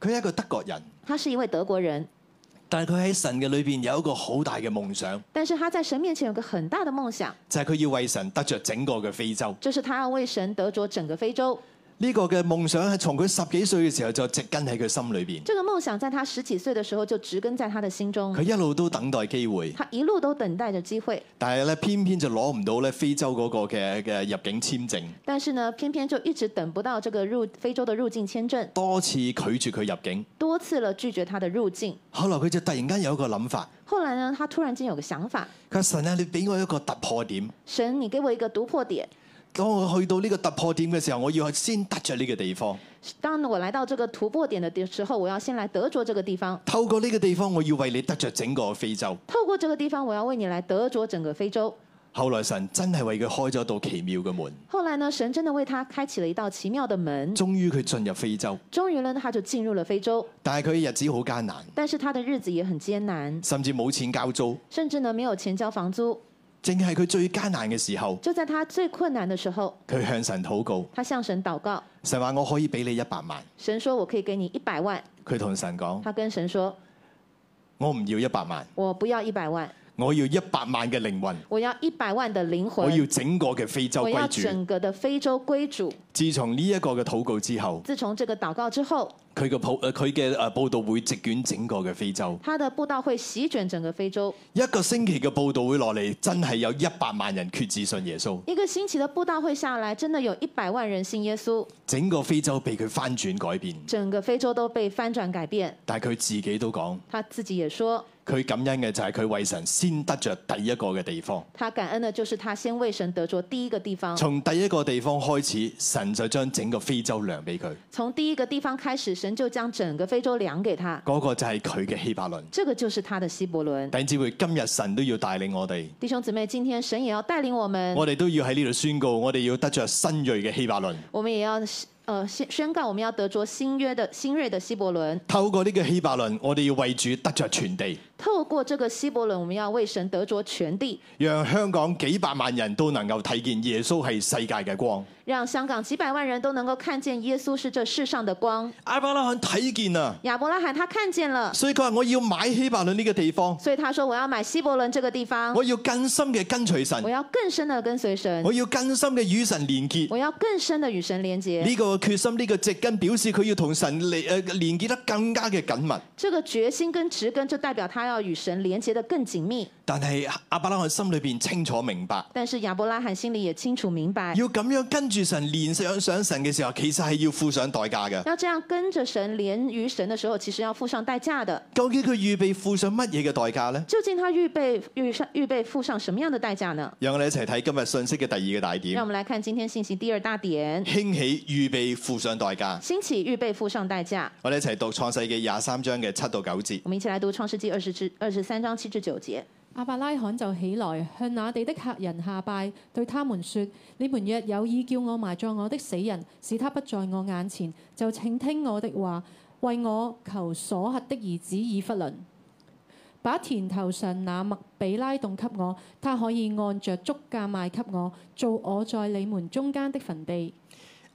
Speaker 1: 佢係一個德國人，
Speaker 2: 他是一位德國人，
Speaker 1: 但係佢喺神嘅裏邊有一個好大嘅夢想，
Speaker 2: 但是他在神面前有個很大的夢想，
Speaker 1: 就係、佢要為神得着整個嘅非洲。
Speaker 2: 就是他要為神得着整個非洲。
Speaker 1: 呢、個嘅夢想係從佢十幾歲嘅時候就植根喺佢心裏邊，
Speaker 2: 這個夢想在他十幾歲的時候就植根在他的心中
Speaker 1: 佢，一路都等待機會。
Speaker 2: 他一路都等待着機會，
Speaker 1: 但係咧，偏偏就攞唔到咧非洲嗰個嘅嘅入境簽證，
Speaker 2: 但是呢，偏偏就一直等不到這個入非洲的入境簽證，
Speaker 1: 多次拒絕佢入境。
Speaker 2: 多次了拒絕他的入境。
Speaker 1: 後來佢就突然間有一個諗法，
Speaker 2: 後來呢，他突然間有個想法，
Speaker 1: 佢話神啊，你俾我一個突破點。
Speaker 2: 神，你給我一個突破點。
Speaker 1: 當我去到呢個突破點嘅時候，我要先得着呢個地方。
Speaker 2: 當我來到這個突破點的地時候，我要先來得着這個地方。
Speaker 1: 透過呢個地方，我要為你得着整個非洲。
Speaker 2: 透過這個地方，我要為你來得着整個非洲。
Speaker 1: 後來神真係為佢開咗一道奇妙嘅門，
Speaker 2: 後來呢，神真的為他開啟了一道奇妙的門，
Speaker 1: 終於佢進入非洲。
Speaker 2: 終於呢，他就進入了非洲。
Speaker 1: 但係佢嘅日子好艱難，
Speaker 2: 但是他的日子也很艱難，
Speaker 1: 甚至冇錢交租。
Speaker 2: 甚至呢沒有錢交房租。
Speaker 1: 正係佢最艱難嘅時候，
Speaker 2: 就在他最困難的時候，
Speaker 1: 佢向神禱告，
Speaker 2: 他向神禱告，
Speaker 1: 神話我可以俾你一百萬。
Speaker 2: 神說：“我可以給你一百萬。
Speaker 1: 佢同神”講：
Speaker 2: 他跟神說
Speaker 1: 我唔要一百萬，：“
Speaker 2: 我不要一百萬，
Speaker 1: 我要一百萬嘅靈魂，
Speaker 2: 我要一百萬的靈
Speaker 1: 我要
Speaker 2: 魂，
Speaker 1: 整個嘅非洲
Speaker 2: 我要
Speaker 1: 歸主。
Speaker 2: 整個的非洲歸主。”
Speaker 1: 自從呢一個嘅禱告之後，
Speaker 2: 自從這個禱告之後，
Speaker 1: 佢嘅報呃佢嘅誒報道會席捲整個嘅非洲。
Speaker 2: 他的布道會席卷整個非洲。
Speaker 1: 一個星期嘅報道會落嚟，真係有一百萬人決志信耶穌。
Speaker 2: 一個星期的布道會下來，真的有一百萬人信耶穌，
Speaker 1: 整個非洲被佢翻轉改變，
Speaker 2: 整個非洲都被翻轉改變。
Speaker 1: 但係佢自己都講，
Speaker 2: 他自己也說，
Speaker 1: 佢感恩嘅就係佢為神先得着第一個嘅地方。
Speaker 2: 他感恩的就是他先為神得着第一個地方，
Speaker 1: 從第一個地方開始，神就將整個非洲量俾佢，嗰、
Speaker 2: 從第一個地方開始，神就將整個非洲量給他。
Speaker 1: 個就係佢嘅希伯倫。
Speaker 2: 這個就是他的希伯倫。
Speaker 1: 弟兄姊妹，今日神都要帶領我哋，
Speaker 2: 弟兄姊妹，今天神也要帶領我們，
Speaker 1: 我哋都要喺呢度宣告，我哋要得着新鋭嘅希伯倫。
Speaker 2: 我們也要呃宣宣告我們要得着新約的新锐的希伯倫。
Speaker 1: 透過呢個希伯倫，我哋要為主得着全地，
Speaker 2: 透過這個希伯倫，我們要為神得着全地，
Speaker 1: 讓香港幾百萬人都能夠睇見耶穌係世界嘅光。
Speaker 2: 让香港几百万人都能够看见耶稣是这世上的光。
Speaker 1: 亞伯拉罕睇見啊，
Speaker 2: 亚伯拉罕他看见了，
Speaker 1: 所以佢話：我要買希伯倫呢個地方，
Speaker 2: 所以他说：“我要买希伯伦这个地方，
Speaker 1: 我要更深嘅跟隨神
Speaker 2: 啊我，要更深的跟随神，
Speaker 1: 我要更深嘅與神連結。
Speaker 2: 我要更深的与神连接。
Speaker 1: 呢個決心，呢、個植根，表示佢要同神連誒連結得更加嘅緊密。”
Speaker 2: 这个决心跟植根，就代表他要与神连接的更紧密。
Speaker 1: 但係亞伯拉罕心裏邊清楚明白，
Speaker 2: 但是亚伯拉罕心里也清楚明白，
Speaker 1: 要咁樣跟住神連上上神嘅時候，其實係要付上代價 (laughs) 嘅。
Speaker 2: 要这样跟着神连于神的时候，其实要付上代价的。
Speaker 1: 究竟佢預備付上乜嘢嘅代價呢？
Speaker 2: 究竟他预备预上预备付上什么样的代价呢？
Speaker 1: 讓我哋一齊睇今日信息嘅第二個大
Speaker 2: 让我
Speaker 1: 點：
Speaker 2: 们来看今天信息第二大点：
Speaker 1: 興起預備付上代價。
Speaker 2: 兴起预备付上代价。
Speaker 1: 我哋一齊讀創世記廿三章嘅七到九節。
Speaker 2: 我们一起来读创世纪二十至二十三章七至九节。
Speaker 3: 亞伯拉罕就起來，向那地的客人下拜，對他們說：你們若有意叫我埋葬我的死人，使他不在我眼前，就請聽我的話，為我求所核的兒子以弗倫，把田頭上那麥比拉洞給我，他可以按着足價賣給我，做我在你們中間的墳地。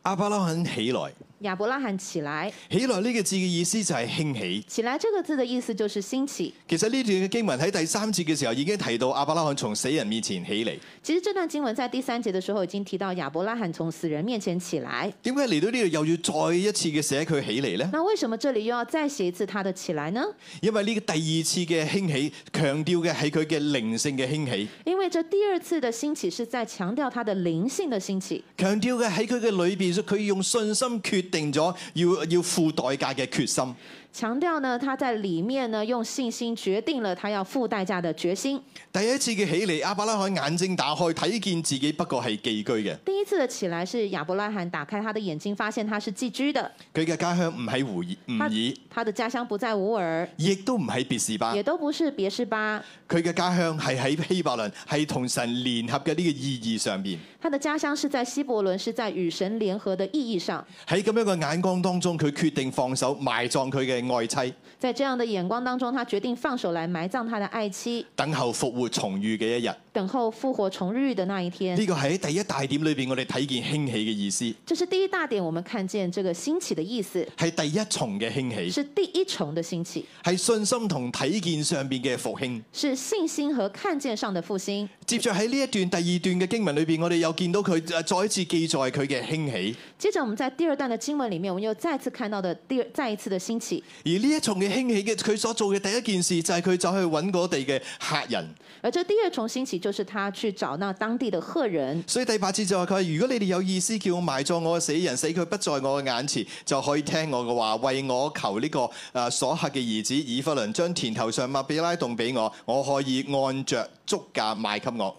Speaker 1: 亞伯拉罕起來，
Speaker 2: 亚伯拉罕起来，
Speaker 1: 起來呢個字嘅意思就係興起。
Speaker 2: 起来这个字的意思就是兴起。
Speaker 1: 其實呢段嘅經文喺第三節嘅時候已經提到亞伯拉罕從死人面前起嚟。
Speaker 2: 其实这段经文在第三节的时候已经提到亚伯拉罕从死人面前起来。
Speaker 1: 點解嚟到呢度又要再一次嘅寫佢起嚟呢？
Speaker 2: 那为什么这里又要再写一次他的起来呢？
Speaker 1: 因為呢個第二次嘅興起，強調嘅係佢嘅靈性嘅興起，
Speaker 2: 因为这第二次的兴起是在强调他的灵性的兴起，
Speaker 1: 強調嘅喺佢嘅裏邊，佢用信心決定咗要要付代價嘅決心。
Speaker 2: 强调呢他在里面呢用信心决定了他要付代价的决心。
Speaker 1: 第一次嘅起嚟，亞伯拉罕眼睛打開，睇見自己不過係寄居嘅，
Speaker 2: 第一次的起来是亚伯拉罕打开他的眼睛，发现他是寄居的，
Speaker 1: 佢嘅家鄉唔喺胡爾，唔
Speaker 2: 他
Speaker 1: 爾，
Speaker 2: 他的家乡不在乌尔，
Speaker 1: 亦都唔喺別士巴
Speaker 2: 也，都不是别是巴，
Speaker 1: 佢嘅家鄉係喺希伯倫，係同神聯合嘅呢個意義上邊。
Speaker 2: 他的家乡是在希伯伦，是在与神联合的意义上。
Speaker 1: 喺咁樣嘅眼光當中，佢決定放手埋葬佢嘅愛妻，
Speaker 2: 在这样的眼光当中，他决定放手来埋葬他的爱妻，
Speaker 1: 等候復活重遇嘅一日。
Speaker 2: 等候复活重日的那一天。
Speaker 1: 呢個喺第一大點裏邊，我哋睇見興起嘅意思
Speaker 2: 这是第一大点，我们看見这个兴起的意思
Speaker 1: 係第一重嘅興起，
Speaker 2: 是第一重的兴起，
Speaker 1: 係信心同睇見上邊嘅復興。
Speaker 2: 是信心和看見上的复兴。
Speaker 1: 接着喺呢一段第二段嘅經文裏邊，我哋又見到佢呃再一次記載佢嘅興起，
Speaker 2: 接着我们在第二段的经文里面，我们又再次看到的第二再一次的兴起，
Speaker 1: 而呢一重嘅興起嘅佢所做嘅第一件事就係佢走去揾嗰地嘅客人。
Speaker 2: 而这第二重兴起就是他去找那当地的客人。
Speaker 1: 所以第八節就話佢話：如果你哋有意思叫我埋葬我嘅死人，死佢不在我嘅眼前，就可以聽我嘅話，為我求呢、個呃所客嘅兒子以弗倫將田頭上麥比拉洞俾我，我可以按着足價賣給我。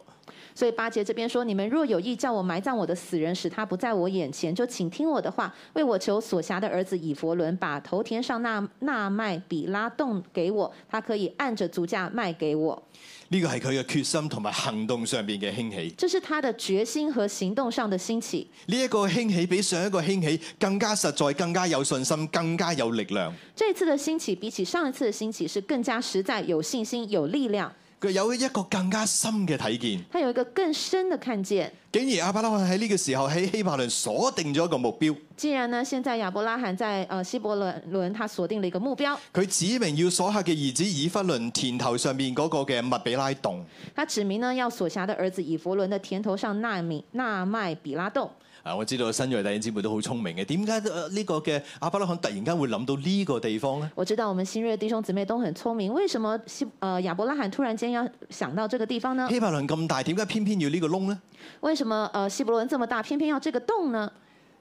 Speaker 2: 所以八节这边说：“你们若有意叫我埋葬我的死人，使他不在我眼前，就请听我的话，为我求所辖的儿子以佛伦，把头田上那那麦比拉洞给我，他可以按着足价卖给我。”
Speaker 1: 呢個係佢嘅決心同埋行動上邊嘅興起。
Speaker 2: 这是他的决心和行动上的兴起。
Speaker 1: 呢、一個興起比上一個興起更加實在、更加有信心、更加有力量。
Speaker 2: 这一次的兴起比起上一次的兴起是更加实在、有信心、有力量。
Speaker 1: 佢有一個更加深嘅睇見。
Speaker 2: 他有一个更深的看见。
Speaker 1: 竟然亞伯拉罕喺呢個時候喺希伯倫鎖定咗一個目標，
Speaker 2: 既然呢，现在亚伯拉罕在呃希伯伦伦他锁定了一个目标，
Speaker 1: 佢指明要所下嘅兒子以弗倫田頭上面嗰個嘅麥比拉洞。
Speaker 2: 他指明呢要所辖的儿子以弗伦的田头上纳米纳麦比拉洞。
Speaker 1: 啊！我知道新锐弟兄姊妹都好聰明嘅，點解呃呢個嘅亞伯拉罕突然間會諗到呢個地方呢？
Speaker 2: 我知道我们新锐弟兄姊妹都很聪明，为什么希呃亚伯拉罕突然间要想到这个地方呢？
Speaker 1: 希伯倫咁大，點解偏偏要呢個窿呢？
Speaker 2: 为什么呃希伯伦这么大，偏偏要这个洞呢？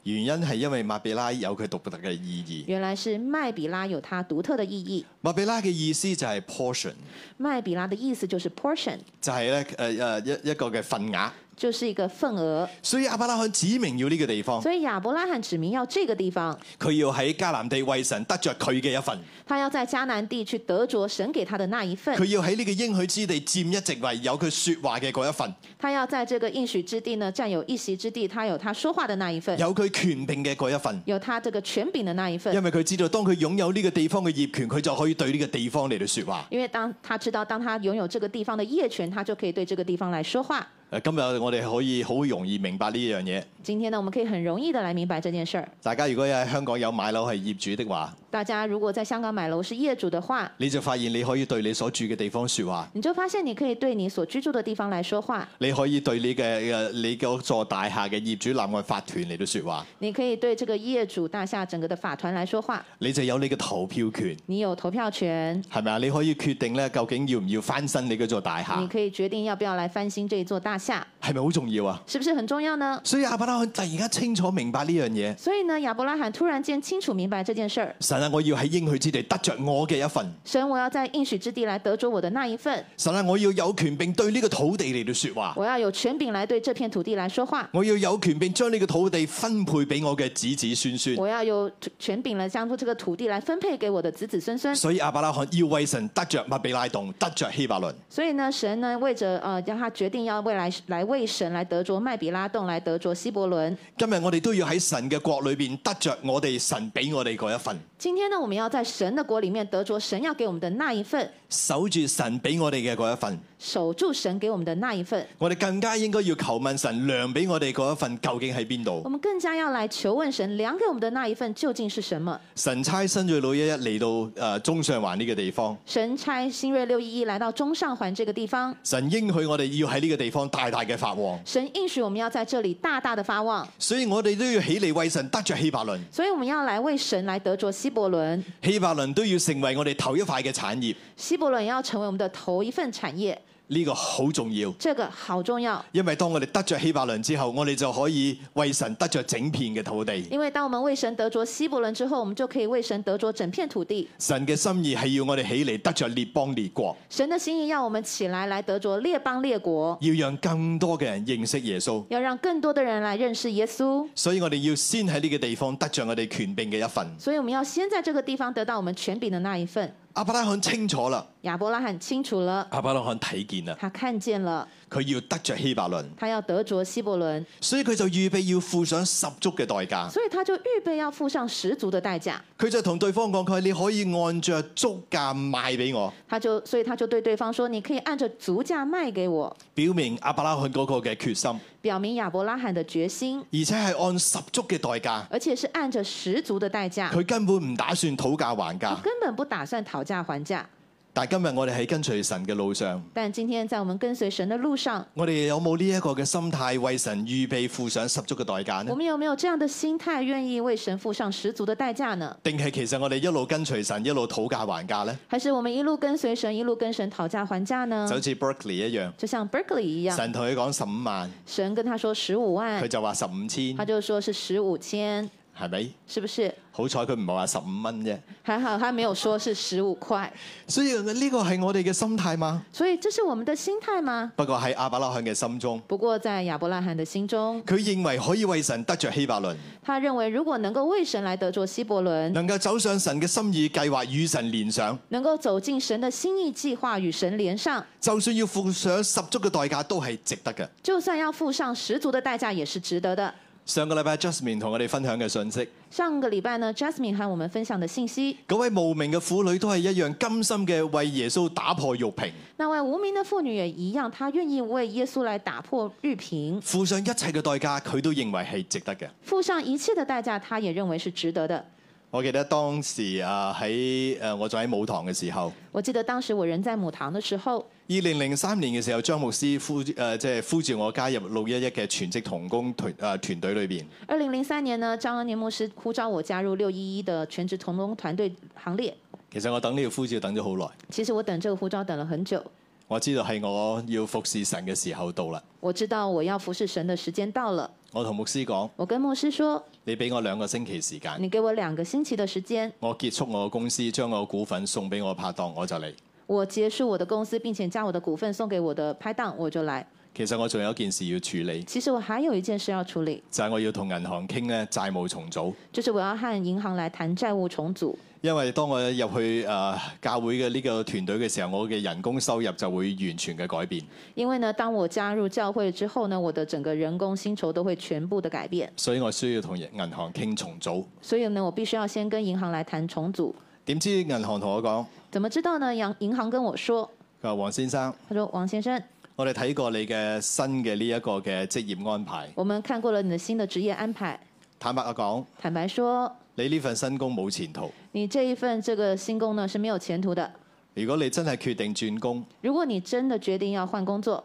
Speaker 1: 原因係因為麥比拉有佢獨特嘅意義。
Speaker 2: 原来是麦比拉有它独特的意义。
Speaker 1: 麥比拉嘅意思就係 portion，
Speaker 2: 麦比拉的意思就是 portion，
Speaker 1: 就係咧誒誒一一個嘅份額。
Speaker 2: 就是一个份额。
Speaker 1: 所以亞伯拉罕指明要呢個地方，
Speaker 2: 所以亚伯拉罕指明要这个地方，
Speaker 1: 佢要喺迦南地為神得着佢嘅一份，
Speaker 2: 他要在迦南地去得着神给他的那一份
Speaker 1: 佢，要喺呢個應許之地佔一席位，有佢説話嘅嗰一份，
Speaker 2: 他要在这个应许之地呢占有一席之地，他有他说话的那一份，
Speaker 1: 有佢權柄嘅嗰一份。
Speaker 2: 有他这个权柄的那一份
Speaker 1: 因。為佢知道，當佢擁有呢個地方嘅業權，佢就可以對呢個地方嚟到説話。
Speaker 2: 因为当他知道，当他拥有这个地方的业权，他就可以对这个地方来说话。
Speaker 1: 誒呃今日我哋可以好容易明白呢樣嘢。
Speaker 2: 今天呢，我们可以很容易的来明白這件事儿。
Speaker 1: 大家如果喺香港有買樓係業主的話，
Speaker 2: 大家如果在香港買樓是業主的話，
Speaker 1: 你就發現你可以對你所住嘅地方説話，
Speaker 2: 你就發現你可以對你所居住的地方來說話，
Speaker 1: 你可以對你嘅誒你嗰座大廈嘅業主立案法團嚟到説話，
Speaker 2: 你可以對這個業主大廈整個的法團來說話，
Speaker 1: 你就有你嘅投票權，
Speaker 2: 你有投票權，
Speaker 1: 係咪啊？你可以決定咧，究竟要唔要翻新你嗰座大
Speaker 2: 你
Speaker 1: 廈，
Speaker 2: 可以決定要不要來翻新這一座大廈，
Speaker 1: 係咪好重要啊？
Speaker 2: 是不是很重要呢？
Speaker 1: 所以亞伯拉罕突然間清楚明白呢樣嘢，
Speaker 2: 所以呢，亞伯拉罕突然間清楚明白這件事儿，
Speaker 1: 神啊，我要喺應許之地得着我嘅一份，
Speaker 2: 神，我要在應許之地來得着我的那一份，
Speaker 1: 神啊，我要有權並對呢個土地嚟到説話。
Speaker 2: 我要有權柄來對這片土地來說話，
Speaker 1: 我要有權並將呢個土地分配俾我嘅子子孫孫。
Speaker 2: 我要有權柄來將出這個土地來分配給我的子子孫孫。
Speaker 1: 所以亞伯拉罕要為神得着麥比拉洞，得着希伯倫。
Speaker 2: 所以呢，神呢為着呃，让他決定要未来来为神来得着麦比拉洞，來得着希伯伦。
Speaker 1: 今日我哋都要喺神嘅國裏邊得着我哋神俾我哋嗰一份，
Speaker 2: 今天呢，我们要在神的国里面得着神要给我们的那一份，
Speaker 1: 守住神俾我哋嘅嗰一份。
Speaker 2: 守住神给我們的那一份。
Speaker 1: 我哋更加應該要求問神量俾我哋嗰一份究竟喺邊
Speaker 2: 我
Speaker 1: 度？
Speaker 2: 們更加要來求問神，量给我們的那一份究竟是什么？
Speaker 1: 神差新锐老一一嚟到誒、呃中上環呢個地方，
Speaker 2: 神差新锐六一一来到中上环这个地方，
Speaker 1: 神應許我哋要喺呢個地方大大嘅發旺，
Speaker 2: 神应许我们要在这里大大的发旺，
Speaker 1: 所以我哋都要起嚟為神得着希伯倫。
Speaker 2: 所以我们要来为神来得着希伯伦，
Speaker 1: 希伯倫都要成為我哋頭一塊嘅產業，
Speaker 2: 希伯伦要成为我们的头一份产业，
Speaker 1: 呢、個好重要。
Speaker 2: 这个好重要。
Speaker 1: 因為當我哋得着希伯倫之後，我哋就可以為神得着整片嘅土地。
Speaker 2: 因为当我们为神得着希伯伦之后，我们就可以为神得着整片土地。
Speaker 1: 神嘅心意係要我哋起嚟得着列邦列國，
Speaker 2: 神的心意要我们起来来得着列邦列国，
Speaker 1: 要讓更多嘅人認識耶穌。
Speaker 2: 要让更多的人来认识耶稣。
Speaker 1: 所以我哋要先喺呢個地方得着我哋權柄嘅一份。
Speaker 2: 所以我们要先在这个地方得到我们权柄的那一份。
Speaker 1: 亞伯拉罕清楚啦，
Speaker 2: 亚伯拉罕清楚了，
Speaker 1: 亞伯拉罕睇見啦，
Speaker 2: 他看见了，
Speaker 1: 佢要得着希伯倫，
Speaker 2: 他要得着希伯伦，
Speaker 1: 所以佢就預備要付上十足嘅代價。
Speaker 2: 所以他就预備要付上十足的代价。
Speaker 1: 佢就同對方講：佢話你可以按着足價賣俾我，
Speaker 2: 他就，所以他就对对方说：“你可以按着足价卖给我。
Speaker 1: 表明亞伯拉罕嗰個嘅決心，”
Speaker 2: 表明亚伯拉罕的决心，
Speaker 1: 而且係按十足嘅代價。
Speaker 2: 而且是按着十足的代价，哦
Speaker 1: 佢根本唔打算討價還價。
Speaker 2: 根本不打算讨价还价。
Speaker 1: 但今日我哋喺跟隨神嘅路上，
Speaker 2: 但今天在我们跟随神的路上，
Speaker 1: 我哋有冇呢一個嘅心態為神預備付上十足嘅代價
Speaker 2: 我
Speaker 1: 呢？
Speaker 2: 们有没有这样的心态，愿意为神付上十足的代价呢？
Speaker 1: 定係其實我哋一路跟隨神，一路討價還價呢？
Speaker 2: 还是我们一路跟随神，一路跟神讨价还价呢
Speaker 1: 就？好似 Berkeley 一樣，
Speaker 2: 就像 Berkeley 一样，
Speaker 1: 神同佢講十五萬，
Speaker 2: 神跟他说十五
Speaker 1: 佢
Speaker 2: 万，
Speaker 1: 就話十五千
Speaker 2: 他，就说是十五千，
Speaker 1: 係咪？
Speaker 2: 是不是？
Speaker 1: 好彩佢唔係話十五蚊啫。
Speaker 2: 还好他没有说是十五块，
Speaker 1: 所以呢個係我哋嘅心態嘛。
Speaker 2: 所以这是我们的心态吗？
Speaker 1: 不過喺亞伯拉罕嘅心中，
Speaker 2: 不过在亚伯拉罕的心中，
Speaker 1: 佢認為可以為神得着希伯倫，
Speaker 2: 他认为如果能够为神来得着希伯伦，
Speaker 1: 能夠走上神嘅心意計劃，與神連上，
Speaker 2: 能够走进神的心意计划，与神连上，
Speaker 1: 就算要付上十足嘅代價，都係值得嘅。
Speaker 2: 就算要付上十足的代价，也是值得的。
Speaker 1: 上個禮拜 Jasmine 同我哋分享嘅信息，
Speaker 2: 上个礼拜呢，Jasmine 和我们分享的信息，
Speaker 1: 嗰位無名嘅婦女都係一樣甘心嘅為耶穌打破玉瓶，
Speaker 2: 那位无名的妇女也一样，她愿意为耶稣来打破玉瓶，
Speaker 1: 付上一切嘅代價，佢都認為係值得嘅。
Speaker 2: 付上一切的代价，她也认为是值得的。
Speaker 1: 我記得當時啊喺誒我仲喺舞堂嘅時候，
Speaker 2: 我记得当时我人在母堂的时候，
Speaker 1: 二零零三年嘅時候，張牧師呼誒、即係呼召我加入六一一嘅全職童工呃團誒、團隊裏邊。
Speaker 2: 二零零三年呢，张恩年牧师呼召我加入六一一的全职童工团队行列。
Speaker 1: 其實我等呢個呼召等咗好耐，
Speaker 2: 其实我等这个呼召等了很久，
Speaker 1: 我知道係我要服侍神嘅時候到啦。
Speaker 2: 我知道我要服侍神的时间到了。
Speaker 1: 我同牧師講：
Speaker 2: 我跟牧师说
Speaker 1: 你俾我兩個星期時：“間，
Speaker 2: 你給我兩个星期的时间，
Speaker 1: 我結束我嘅公司，將我嘅股份送俾我拍檔，我就嚟。
Speaker 2: 我结束我的公司，并且将我的股份送给我的拍档，我就来。
Speaker 1: 其實我仲有一件事要處理，
Speaker 2: 其實我還有一件事要处理，
Speaker 1: 就係、我要同銀行傾咧債務重組。
Speaker 2: 就是我要和銀行來談債務重組。
Speaker 1: 因為當我入去誒、呃教會嘅呢個團隊嘅時候，我嘅人工收入就會完全嘅改變，
Speaker 2: 因為呢，當我加入教会之後呢，我的整個人工薪酬都會全部的改變，
Speaker 1: 所以我需要同銀行傾重組。
Speaker 2: 所以呢，我必須要先跟銀行來談重組。
Speaker 1: 點知銀行同我講：
Speaker 2: 怎麼知道呢？銀銀行跟我說，
Speaker 1: 佢話黃先生，
Speaker 2: 他說：“王先生，
Speaker 1: 我哋睇過你嘅新嘅呢一個嘅職業安排。
Speaker 2: 我们看過了你的新的職業安排，
Speaker 1: 坦白講，
Speaker 2: 坦白說，
Speaker 1: 你呢份新工冇前途。
Speaker 2: 你這一份這個新工呢是沒有前途的。
Speaker 1: 如果你真係決定轉工，
Speaker 2: 如果你真的決定要換工作，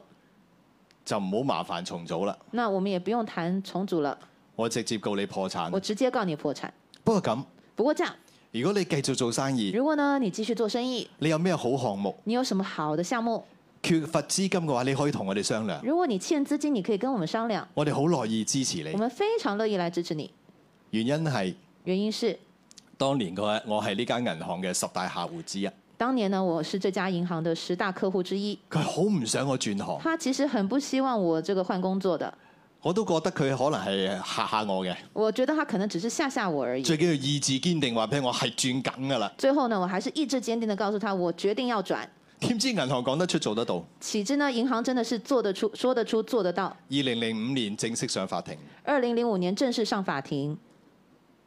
Speaker 1: 就唔好麻煩重組啦。
Speaker 2: 那我們也不用談重組了，
Speaker 1: 我直接告你破產
Speaker 2: 我。直接告你破產。
Speaker 1: 不過咁，
Speaker 2: 不過這樣，
Speaker 1: 如果你繼續做生意，
Speaker 2: 如果呢你繼續做生意，
Speaker 1: 你有咩好項目
Speaker 2: 你有什麼好的項目？
Speaker 1: 缺乏資金嘅話，你可以同我哋商量，
Speaker 2: 如果你欠資金，你可以跟我們商量，
Speaker 1: 我哋好樂意支持
Speaker 2: 我
Speaker 1: 你。
Speaker 2: 們非常樂意來支持你。
Speaker 1: 原因係
Speaker 2: 原因是
Speaker 1: 當年我我係呢間銀行嘅十大客戶之一，
Speaker 2: 當年呢我是這家銀行的十大客戶之一，
Speaker 1: 佢好唔想我轉行，
Speaker 2: 他其實很不希望我這個換工作的，
Speaker 1: 我都覺得佢可能係嚇嚇我嘅。
Speaker 2: 我覺得他可能只是嚇嚇我而已。
Speaker 1: 最緊要意志堅定，話俾我係轉緊㗎啦。
Speaker 2: 最後呢，我還是意志堅定地告訴他，我決定要轉。
Speaker 1: 點知銀行講得出做得到？二
Speaker 2: 岂知呢，銀行真的是做得出、說得出、做得到。
Speaker 1: 零零五年正式上法庭，
Speaker 2: 二零零五年正式上法庭，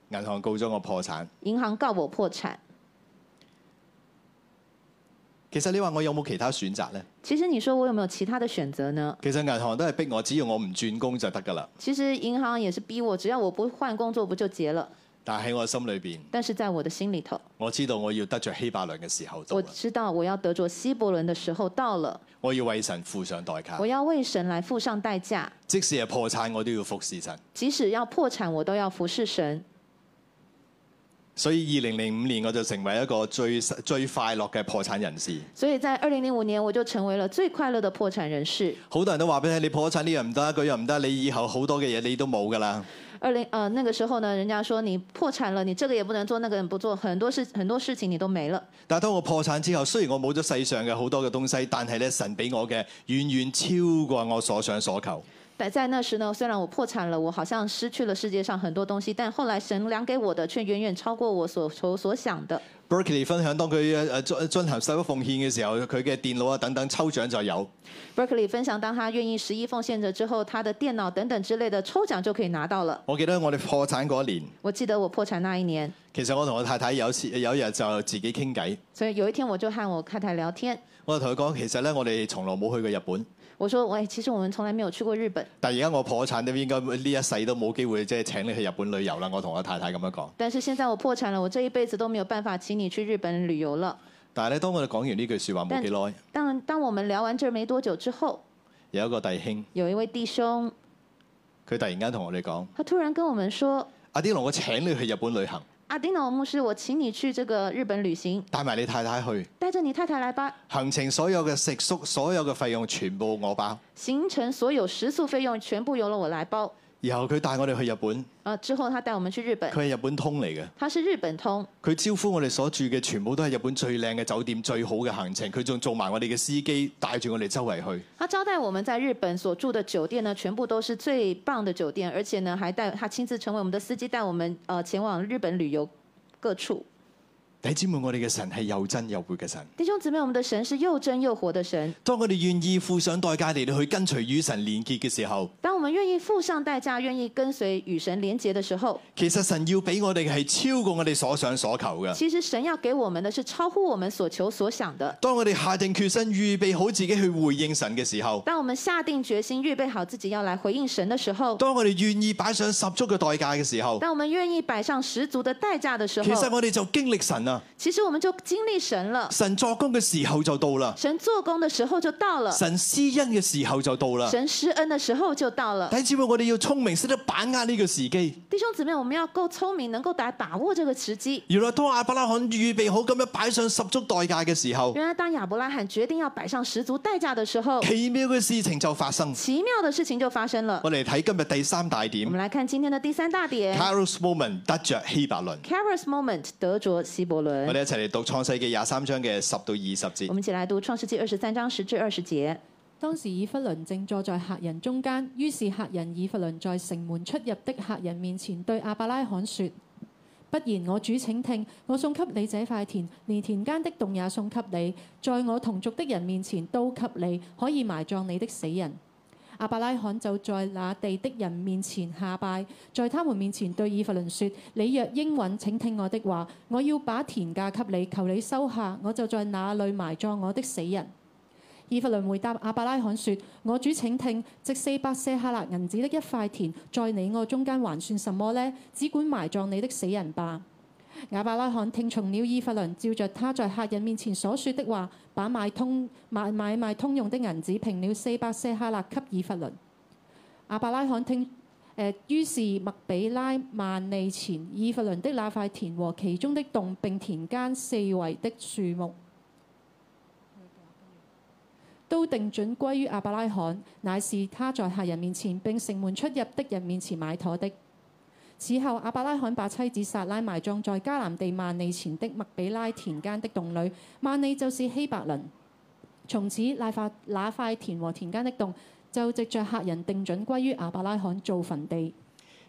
Speaker 1: 銀行告咗我破產。
Speaker 2: 銀行告我破產。
Speaker 1: 其實你話我有冇其他選擇呢？
Speaker 2: 其實你說我有沒有其他的選擇呢？
Speaker 1: 其實銀行都係逼我，只要我唔轉工就得㗎啦。
Speaker 2: 其實銀行也是逼我，只要我不換工作不就結了。
Speaker 1: 但喺我心裏邊，
Speaker 2: 但是在我的心裡頭，
Speaker 1: 我知道我要得着希伯倫嘅時候到
Speaker 2: 我
Speaker 1: 啦，
Speaker 2: 知道我要得着希伯伦的時候到了，
Speaker 1: 我要為神付上代
Speaker 2: 我
Speaker 1: 價，
Speaker 2: 要為神來付上代價，
Speaker 1: 即使係破產我都要服侍神。
Speaker 2: 即使要破產，我都要服侍神。
Speaker 1: 所以二零零五年我就成為一個最最快樂嘅破產人士。
Speaker 2: 所以在二零零五年，我就成為了最快樂的破產人士。
Speaker 1: 好多人都話俾你聽，你破產呢樣唔得，嗰樣唔得，你以後好多嘅嘢你都冇㗎啦。
Speaker 2: 二零呃那個時候呢，人家說你破產了，你這個也不能做，那個也不做，很多事很多事情你都沒了。
Speaker 1: 但係當我破產之後，雖然我冇咗世上嘅好多嘅東西，但係咧神俾我嘅遠遠超過我所想所求。
Speaker 2: 但在那時呢，雖然我破產了，我好像失去了世界上很多東西，但後來神量給我的卻遠遠超過我所求所想的。
Speaker 1: Berkeley 分享當佢誒誒進行十一奉獻嘅時候，佢嘅電腦啊等等抽獎就有。
Speaker 2: Berkeley 分享，當他願意十一奉獻者之後，他的電腦等等之類的抽獎就可以拿到了。
Speaker 1: 我記得我哋破產嗰一年，
Speaker 2: 我記得我破產那一年，
Speaker 1: 其實我同我太太有次有一日就自己傾偈，
Speaker 2: 所以有一天我就和我太太聊天，
Speaker 1: 我就同佢講，其實咧我哋從來冇去過日本，
Speaker 2: 我說：喂，其實我們從來沒有去過日本，
Speaker 1: 但而家我破產，都應該呢一世都冇機會即係請你去日本旅遊啦。我同我太太咁樣講。
Speaker 2: 但是現在我破產了，我這一輩子都沒有辦法請你去日本旅遊了。
Speaker 1: 但係咧，當我哋講完呢句説話冇幾耐，
Speaker 2: 當當我們聊完這沒多久之後，
Speaker 1: 有一個弟兄
Speaker 2: 有一位弟兄，
Speaker 1: 佢突然間同我哋講：
Speaker 2: 他突然跟我們說
Speaker 1: 阿啲龍，我請你去日本旅行，：“
Speaker 2: 阿丁老牧師，我請你去這個日本旅行，
Speaker 1: 帶埋你太太去，
Speaker 2: 帶着你太太來吧，
Speaker 1: 行程所有嘅食宿、所有嘅費用全部我包。
Speaker 2: 行程所有食宿費用全部由了我來包。
Speaker 1: 然後佢帶我哋去日本，
Speaker 2: 啊，之後他帶我們去日本，
Speaker 1: 佢係日本通嚟嘅。
Speaker 2: 他是日本通，
Speaker 1: 佢招呼我哋所住嘅全部都係日本最靚嘅酒店、最好嘅行程，佢仲做埋我哋嘅司機，帶住我哋周圍去。
Speaker 2: 他招待我們在日本所住的酒店呢，全部都是最棒的酒店，而且呢還帶他親自成為我們的司機，帶我們呃前往日本旅遊各處。
Speaker 1: 弟兄姊妹，我哋嘅神係又真又活嘅神。
Speaker 2: 弟兄姊妹，我們的神是又真又活的神，
Speaker 1: 當我哋願意付上代價嚟到去跟隨與神連結嘅時候，
Speaker 2: 當我們願意付上代價，願意跟隨與神連結的時候，
Speaker 1: 其實神要俾我哋嘅係超過我哋所想所求嘅。
Speaker 2: 其實神要給我們的是超乎我們所求所想的。
Speaker 1: 當我哋下定決心預備好自己去回應神嘅時候，
Speaker 2: 當我們下定決心，預備好自己要來回應神的時候，
Speaker 1: 當我哋願意擺上十足嘅代價嘅時候，
Speaker 2: 當我們願意擺上十足的代價的時
Speaker 1: 其實
Speaker 2: 候，
Speaker 1: 我哋就經歷神啦。
Speaker 2: 其實我們就經歷神了。
Speaker 1: 神作工嘅時候就到啦，
Speaker 2: 神做工的時候就到了，
Speaker 1: 神施恩嘅時候就到啦。
Speaker 2: 啊神施恩的時候就到了
Speaker 1: 弟。兄姊妹，我哋要聰明，識得把握呢個時機。
Speaker 2: 弟兄姊妹，我們要夠聰明，能夠來把握這個時機。
Speaker 1: 原來當亞伯拉罕預備好咁樣擺上十足代價嘅時候，
Speaker 2: 原來，當亞伯拉罕決定要擺上十足代價的時候，
Speaker 1: 奇妙嘅事情就發生。
Speaker 2: 奇妙的事情就發生了。
Speaker 1: 我哋睇今日第三大
Speaker 2: 我
Speaker 1: 點
Speaker 2: 們來看今天的第三大點
Speaker 1: c a r o s moment 得着希伯倫。
Speaker 2: Kairos moment 得着希伯
Speaker 1: 我
Speaker 2: 倫。
Speaker 1: 哋一齊嚟讀創世記廿三章嘅十到二十
Speaker 2: 我
Speaker 1: 節。
Speaker 2: 們一起來讀創世記二十三章十至二十節。
Speaker 3: 當時以弗倫正坐在客人中間，於是客人以弗倫在城門出入的客人面前對亞伯拉罕說：不然我主請聽，我送給你這塊田，連田間的洞也送給你，在我同族的人面前都給你，可以埋葬你的死人。亞伯拉罕就在那地的人面前下拜，在他們面前對以弗倫說：你若應允，請聽我的話，我要把田價給你，求你收下，我就在那裏埋葬我的死人。以弗倫回答亞伯拉罕說：我主請聽，值四百舍客勒銀子的一塊田，在你我中間還算什麼呢？只管埋葬你的死人吧。亞伯拉罕聽從了以弗倫，照着他在客人面前所說的話，把買通買買賣通用的銀子平了四百舍客勒給以弗倫。亞伯拉罕聽誒，於是麥比拉萬利前以弗倫的那塊田和其中的洞並田間四圍的樹木，都定準歸於亞伯拉罕，乃是他在客人面前並城門出入的人面前買妥的。此後，亞伯拉罕把妻子撒拉埋葬在迦南地萬利前的麥比拉田間的洞裏，萬利就是希伯倫。從此，那塊那塊田和田間的洞就藉着客人定準歸於亞伯拉罕做墳地。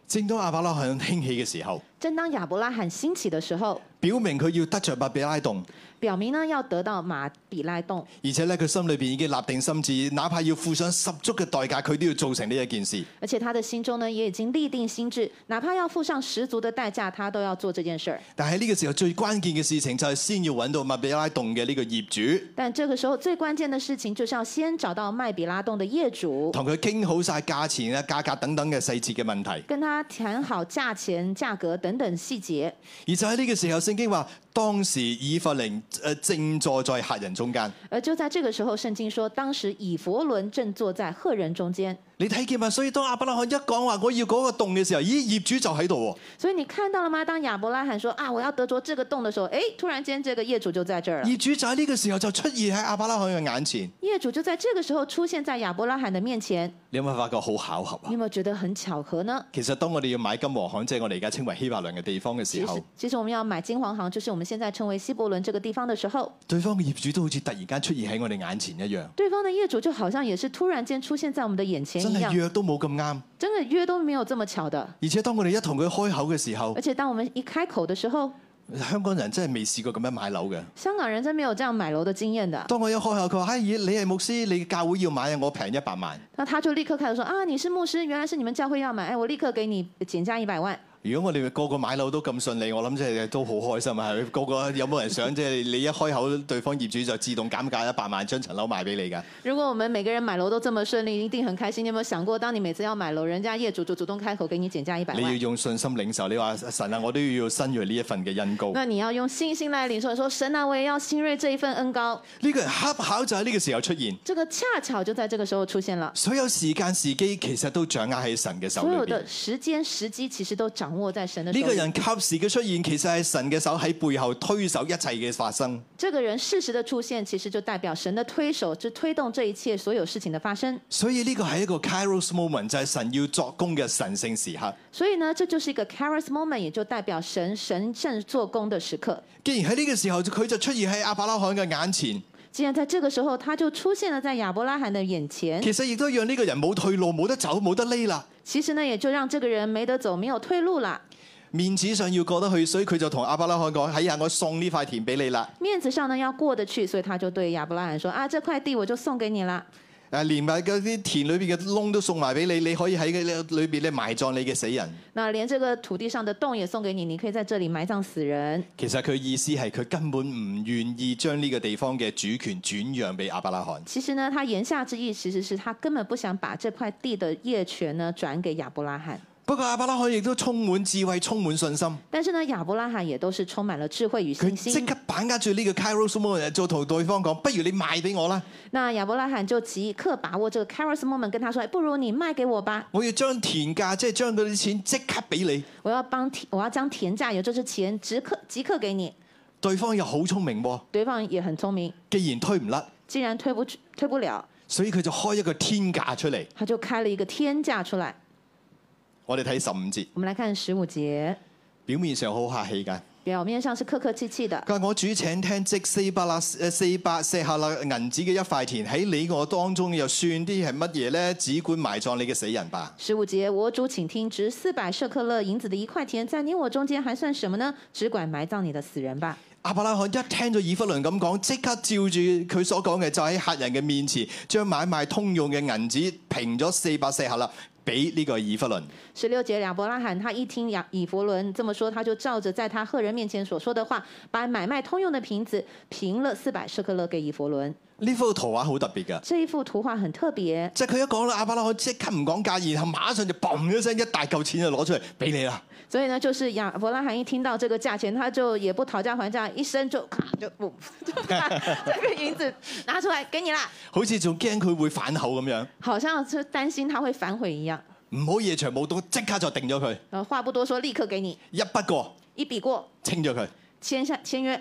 Speaker 1: 正當亞伯拉罕興起嘅時候，
Speaker 2: 正當亞伯拉罕興起的時候，
Speaker 1: 表明佢要得着麥比拉洞，
Speaker 2: 表明呢要得到馬比拉洞，
Speaker 1: 而且咧佢心裏邊已經立定心志，哪怕要付上十足嘅代價，佢都要做成呢一件事。
Speaker 2: 而且他的心中呢也已經立定心智，哪怕要付上十足的代價，他都要做這件事兒。
Speaker 1: 但喺呢個時候最關鍵嘅事情就係先要揾到麥比拉洞嘅呢個業主，
Speaker 2: 但這個時候最關鍵的事情就是要先找到麥比拉洞的業主，
Speaker 1: 同佢傾好晒價錢啊、價格等等嘅細節嘅問題。
Speaker 2: 跟他談好價錢、價格等等細節。
Speaker 1: 而就喺呢個時候，聖經話當時以弗靈誒正坐在客人中間。
Speaker 2: 而就在這個時候，聖經說，當時以弗倫正坐在赫人中間，
Speaker 1: 你睇見嘛？所以當亞伯拉罕一講話我要嗰個洞嘅時候，咦，業主就喺度喎。
Speaker 2: 所以你看到了嗎？當亞伯拉罕說啊，我要得着這個洞的時候，誒，突然間這個業主就在這兒了。
Speaker 1: 業主就喺呢個時候就出現喺亞伯拉罕嘅眼前。
Speaker 2: 業主就在這個時候出現在亞伯拉罕的面前，
Speaker 1: 你有冇發覺好巧合啊
Speaker 2: 你？有沒有覺得很巧合呢？
Speaker 1: 其實當我哋要買金黃巷，即係我哋而家稱為希伯倫嘅地方嘅
Speaker 2: 其
Speaker 1: 時
Speaker 2: 實
Speaker 1: 候，，
Speaker 2: 其實我們要買金黃行，就是我們現在稱為希伯倫這個地方的時候，
Speaker 1: 對方嘅業主都好似突然間出現喺我哋眼前一樣，
Speaker 2: 對方的業主就好像也是突然間出現在我們的眼前
Speaker 1: 真
Speaker 2: 一
Speaker 1: 係
Speaker 2: 樣，
Speaker 1: 約都冇咁啱。
Speaker 2: 真的約都沒有這麼巧的。
Speaker 1: 而且當我哋一同佢開口嘅時候
Speaker 2: 而，且當我們一開口的時候，
Speaker 1: 香港人真係未試過咁樣買樓嘅。
Speaker 2: 香港人真沒有這樣買樓的經驗的。
Speaker 1: 當我一開口，佢話：，哎，咦你係牧師，你教會要買啊，我平一百萬。
Speaker 2: 那他就立刻開始說啊，你是牧師，原來是你們教會要買，哎，我立刻給你減價一百萬。
Speaker 1: 如果我哋個個買樓都咁順利，我諗即係都好開心啊！係咪？個個有冇人想即係你一開口，對方業主就自動減價一百萬，將層樓賣俾你㗎？
Speaker 2: 如果我們每個人買樓都這麼順利，一定很開心。你有沒有想過，當你每次要買樓，人家業主就主動開口給你減價一百
Speaker 1: 你要
Speaker 2: 萬？
Speaker 1: 用信心領受。你話神啊，我都要新銳呢一份嘅恩膏。
Speaker 2: 那你要用信心來領受，說神啊，我也要新銳這一份恩膏。
Speaker 1: 呢個人恰巧就喺呢個時候出現，
Speaker 2: 這個恰巧就在這個時候出現了。
Speaker 1: 所有時間時機其實都掌握喺神嘅手
Speaker 2: 所有
Speaker 1: 裏邊
Speaker 2: 的。時間時機其實都掌握在神的手
Speaker 1: 呢
Speaker 2: 裏。
Speaker 1: 個人及時嘅出現，其實係神嘅手喺背後推手一切嘅發生。
Speaker 2: 這個人適時的出現，其實就代表神的推手，就推動這一切所有事情的發生。
Speaker 1: 所以呢個係一個 Kairos moment，就係神要作工嘅神聖時刻。
Speaker 2: 所以呢，這就是一個 charis moment，也就代表神神正做工的時刻。
Speaker 1: 既然喺呢個時候佢就出現喺亞伯拉罕嘅眼前，
Speaker 2: 既然在這個時候，他就出現了在亞伯拉罕的眼前，
Speaker 1: 其實亦都讓呢個人冇退路、冇得走、冇得匿啦。
Speaker 2: 其實呢，也就讓這個人沒得走，沒有退路啦。
Speaker 1: 面子上要過得去，所以佢就同亞伯拉罕講：哎呀，我送呢塊田俾你啦。
Speaker 2: 面子上呢要過得去，所以他就對亞伯拉罕說：啊，這塊地我就送給你啦，
Speaker 1: 誒，連啊埋嗰啲田裏邊嘅窿都送埋俾你，你可以喺嘅裏邊咧埋葬你嘅死人。
Speaker 2: 那連這個土地上的洞也送給你，你可以在這裡埋葬死人。
Speaker 1: 其實佢意思係佢根本唔願意將呢個地方嘅主權轉讓俾亞伯拉罕。
Speaker 2: 其實呢，他言下之意其實是他根本不想把這塊地的業權呢轉給亞伯拉罕。
Speaker 1: 不過亞伯拉罕亦都充滿智慧、充滿信心，
Speaker 2: 但是呢，亞伯拉罕也都是充滿了智慧與
Speaker 1: 佢
Speaker 2: 信
Speaker 1: 即
Speaker 2: 心。
Speaker 1: 刻把握住呢個 Kairos moment，就同對方講：不如你賣俾我啦，
Speaker 2: 那亞伯拉罕就即刻把握這個 charis moment，跟他說：不如你賣給我吧，
Speaker 1: 我要將田價，即係將嗰啲錢即刻俾你。
Speaker 2: 我要幫田，我要将田價，也就是錢，即刻即刻給你。
Speaker 1: 對方又好聰明喎，
Speaker 2: 对方也很聰明，
Speaker 1: 既然推唔甩，
Speaker 2: 既然推不出推不了，
Speaker 1: 所以佢就開一個天價出嚟。
Speaker 2: 他就開了一個天價出來。
Speaker 1: 我哋睇十五節，
Speaker 2: 我們來看十五節，
Speaker 1: 表面上好客氣㗎。
Speaker 2: 表面上是客客氣氣的。
Speaker 1: 佢話：我主請聽，即四百勒四百舍客勒銀子嘅一塊田，喺你我當中又算啲係乜嘢呢？只管埋葬你嘅死人吧。
Speaker 2: 十五節，我主請聽，值四百舍克勒銀子的一塊田，在你我中間還算什麼呢？只管埋葬你的死人吧。
Speaker 1: 亞伯拉罕一聽咗以弗倫咁講，即刻照住佢所講嘅，就喺客人嘅面前將買賣通用嘅銀子平咗四百舍客勒，俾呢個以弗倫。
Speaker 2: 十六節，亞伯拉罕他一听亞以弗伦这么说，他就照着在他赫人面前所说的话，把买卖通用的瓶子平了四百舍克勒给以弗伦。
Speaker 1: 呢幅圖畫好特別㗎，
Speaker 2: 这一幅图画很特别，
Speaker 1: 即係佢一講啦，阿伯拉罕即刻唔講價，然後馬上就嘣一聲一大嚿錢就攞出嚟俾你啦。
Speaker 2: 所以呢，就是亚伯拉罕一听到这个价钱，他就也不讨价还价，一声就咔就不就把这个银子拿出来给你啦，
Speaker 1: 好似仲驚佢會反口咁樣，
Speaker 2: 好像是担心他会反悔一样。
Speaker 1: 唔好夜長冇到，即刻就定咗佢，
Speaker 2: 然后话不多说，立刻给你
Speaker 1: 一筆過
Speaker 2: 一笔过，
Speaker 1: 清咗佢。
Speaker 2: 签下签约。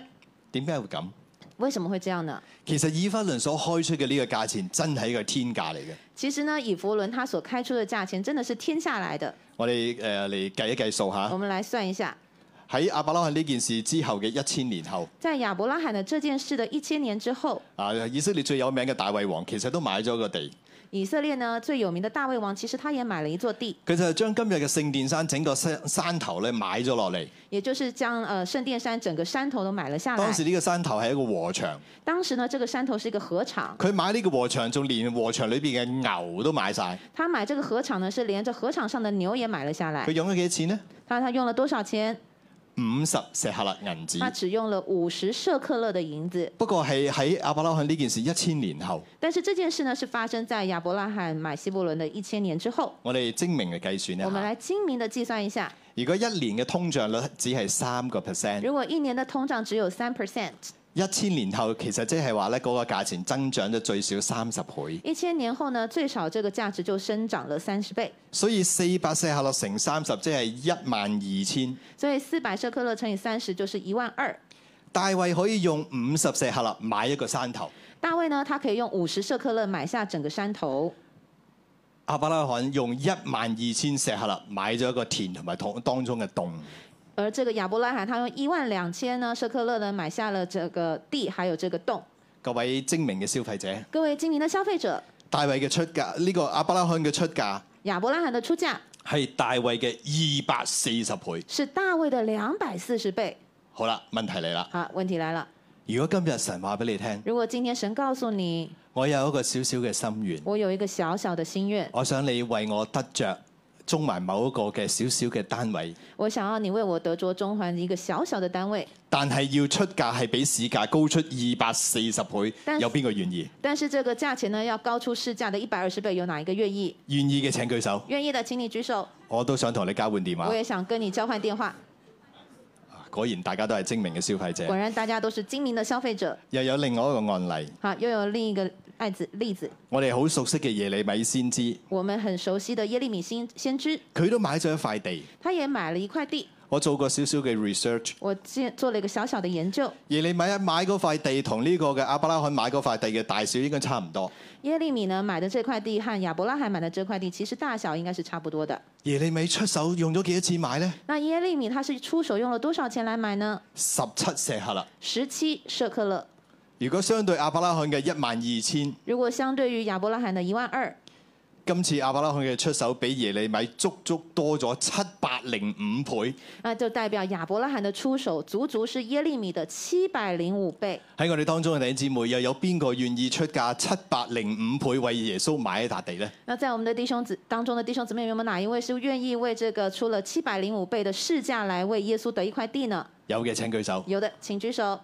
Speaker 1: 點解會咁？
Speaker 2: 为什么会这样呢？
Speaker 1: 其實以法倫所開出嘅呢個價錢真係一個天價嚟嘅。
Speaker 2: 其实呢，以弗伦他所开出的价钱真的是天下来的。
Speaker 1: 我哋誒嚟計一計數
Speaker 2: 我
Speaker 1: 下，
Speaker 2: 们来算一下，
Speaker 1: 喺阿伯拉罕呢件事之後嘅一千年後，
Speaker 2: 在亚伯拉罕的这件事的一千年之后，
Speaker 1: 啊以色列最有名嘅大衛王其實都買咗個地，
Speaker 2: 以色列呢最有名的大卫王，其实他也买了一座地，
Speaker 1: 佢就係將今日嘅聖殿山整個山山頭咧買咗落嚟。
Speaker 2: 也就是将呃圣殿山整个山头都买了下来
Speaker 1: 當。時呢個山頭係一個禾場，
Speaker 2: 当时呢，这个山头是一个河场，
Speaker 1: 佢買呢個禾場仲連禾場裏邊嘅牛都買晒。
Speaker 2: 他买这个河场呢是連着河场上的牛也买了下来
Speaker 1: 佢。用咗幾多錢呢？
Speaker 2: 那他用了多少錢？
Speaker 1: 五十石克勒銀紙。
Speaker 2: 他只用了五十舍克勒的银子。
Speaker 1: 不過係喺阿伯拉罕呢件事一千年後，
Speaker 2: 但是这件事呢，是发生在亚伯拉罕买希伯伦的一千年之后。
Speaker 1: 我哋精明嘅計算
Speaker 2: 我们
Speaker 1: 咧
Speaker 2: 来精明的计算一下，
Speaker 1: 如果一年嘅通脹率只係三個 percent，
Speaker 2: 如果一年的通胀只有三 percent，
Speaker 1: 一千年後其實即係話咧嗰個價錢增長咗最少三十倍，
Speaker 2: 一千年后呢，最少这个價值就生長了三十倍。
Speaker 1: 所以四百四下落乘三十即係一萬二千。
Speaker 2: 所以四百舍克勒乘以三十就是一万二。
Speaker 1: 大衛可以用五十石克勒買一個山頭，
Speaker 2: 大卫呢，他可以用五十舍克勒買下整个山头。
Speaker 1: 阿伯拉罕用一萬二千石克勒買咗一個田同埋當當中嘅洞。
Speaker 2: 而这个亚伯拉罕，他用一万两千呢舍克勒呢买下了这个地，还有这个洞。
Speaker 1: 各位精明嘅消費者，
Speaker 2: 各位精明的消费者，
Speaker 1: 大衛嘅出價呢、個阿伯拉罕嘅出價
Speaker 2: 亚伯拉罕的出价
Speaker 1: 係大衛嘅二百四十倍。
Speaker 2: 是大卫的两百四十倍。
Speaker 1: 好啦，問題嚟啦，
Speaker 2: 啊，问题来了，
Speaker 1: 如果今日神話俾你聽，
Speaker 2: 如果今天神告訴你，
Speaker 1: 我有一個小小嘅心願。
Speaker 2: 我有一个小小的心愿，
Speaker 1: 我想你為我得着中埋某一個嘅小小嘅單位，
Speaker 2: 我想要你为我得着中环一个小小的單位，
Speaker 1: 但係要出價係比市價高出二百四十倍
Speaker 2: 但，
Speaker 1: 有邊個願意？
Speaker 2: 但是这个价钱呢要高出市價的一百二十倍，有哪一个愿意？
Speaker 1: 願意嘅請舉手，
Speaker 2: 愿意的请你举手，
Speaker 1: 我都想同你交換電
Speaker 2: 我
Speaker 1: 話。
Speaker 2: 也想跟你交换电话。
Speaker 1: 果然大家都係精明嘅消費
Speaker 2: 果
Speaker 1: 者。
Speaker 2: 然大家都是精明的消费者。
Speaker 1: 又有另外一個案例，
Speaker 2: 好，又有另一个例子例子，
Speaker 1: 我哋好熟悉嘅耶利米先知，
Speaker 2: 我们很熟悉的耶利米先先知，
Speaker 1: 佢都買咗一塊地。
Speaker 2: 他也买了一块地。
Speaker 1: 我做過少少嘅 research，
Speaker 2: 我做做了一个小小的研究，
Speaker 1: 耶利米一買嗰塊地同呢個嘅阿伯拉罕買嗰塊地嘅大小應該差唔多。
Speaker 2: 耶利米呢买的这块地和亚伯拉罕买的这块地其实大小应该是差不多的。
Speaker 1: 耶利米出手用咗幾多錢買呢？
Speaker 2: 那耶利米他是出手用了多少钱来买呢？
Speaker 1: 十七石克啦。
Speaker 2: 十七舍克勒。
Speaker 1: 如果相對亞伯拉罕嘅一萬二千，
Speaker 2: 如果相對於亚伯拉罕的一万二，
Speaker 1: 今次亞伯拉罕嘅出手比耶利米足足多咗七百零五倍。
Speaker 2: 那就代表亚伯拉罕的出手足足是耶利米的七百零五倍。
Speaker 1: 喺我哋當中嘅弟兄姊妹，又有邊個願意出價七百零五倍為耶穌買一笪地呢？
Speaker 2: 那在我们的弟兄姊当中的弟兄姊妹，有没有哪一位是愿意为这个出了七百零五倍的市价来为耶稣得一块地呢？
Speaker 1: 有嘅請舉手。
Speaker 2: 有的，请举手。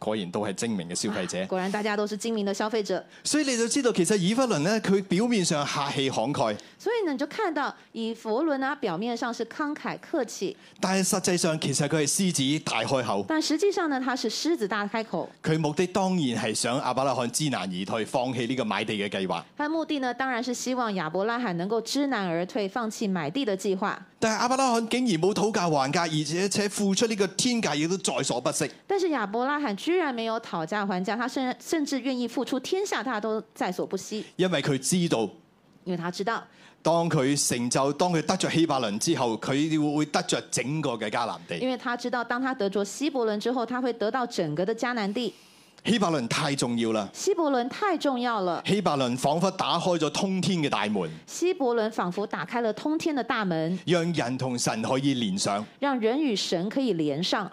Speaker 1: 果然都係精明嘅消費者，
Speaker 2: 果然大家都是精明的消费者，
Speaker 1: 所以你就知道其實以弗倫呢，佢表面上客氣慷慨，
Speaker 2: 所以呢，你就看到以佛伦啊，表面上是慷慨客气，
Speaker 1: 但係實際上其實佢係獅子大開口。
Speaker 2: 但实际上呢，他是狮子大开口。
Speaker 1: 佢目的當然係想亞伯拉罕知難而退，放棄呢個買地嘅計劃。
Speaker 2: 他的目的呢，当然是希望亚伯拉罕能够知难而退，放弃买地的计划。
Speaker 1: 但係亞伯拉罕竟然冇討價還價，而且且付出呢個天價，亦都在所不惜。
Speaker 2: 但是亚伯拉罕居然没有讨价还价，他甚甚至愿意付出天下，他都在所不惜，
Speaker 1: 因為佢知道，
Speaker 2: 因为他知道，
Speaker 1: 當佢成就、當佢得着希伯倫之後，佢會得着整個嘅迦南
Speaker 2: 因
Speaker 1: 地。
Speaker 2: 为他知道，当他得着希伯伦之后，他会得到整个的迦南地。
Speaker 1: 希伯倫太重要啦！
Speaker 2: 希伯伦太重要了，
Speaker 1: 希伯倫彷彿打開咗通天嘅大門，
Speaker 2: 希伯伦仿佛打开了通天的大门，
Speaker 1: 讓人同神可以連上。
Speaker 2: 让人与神可以连上。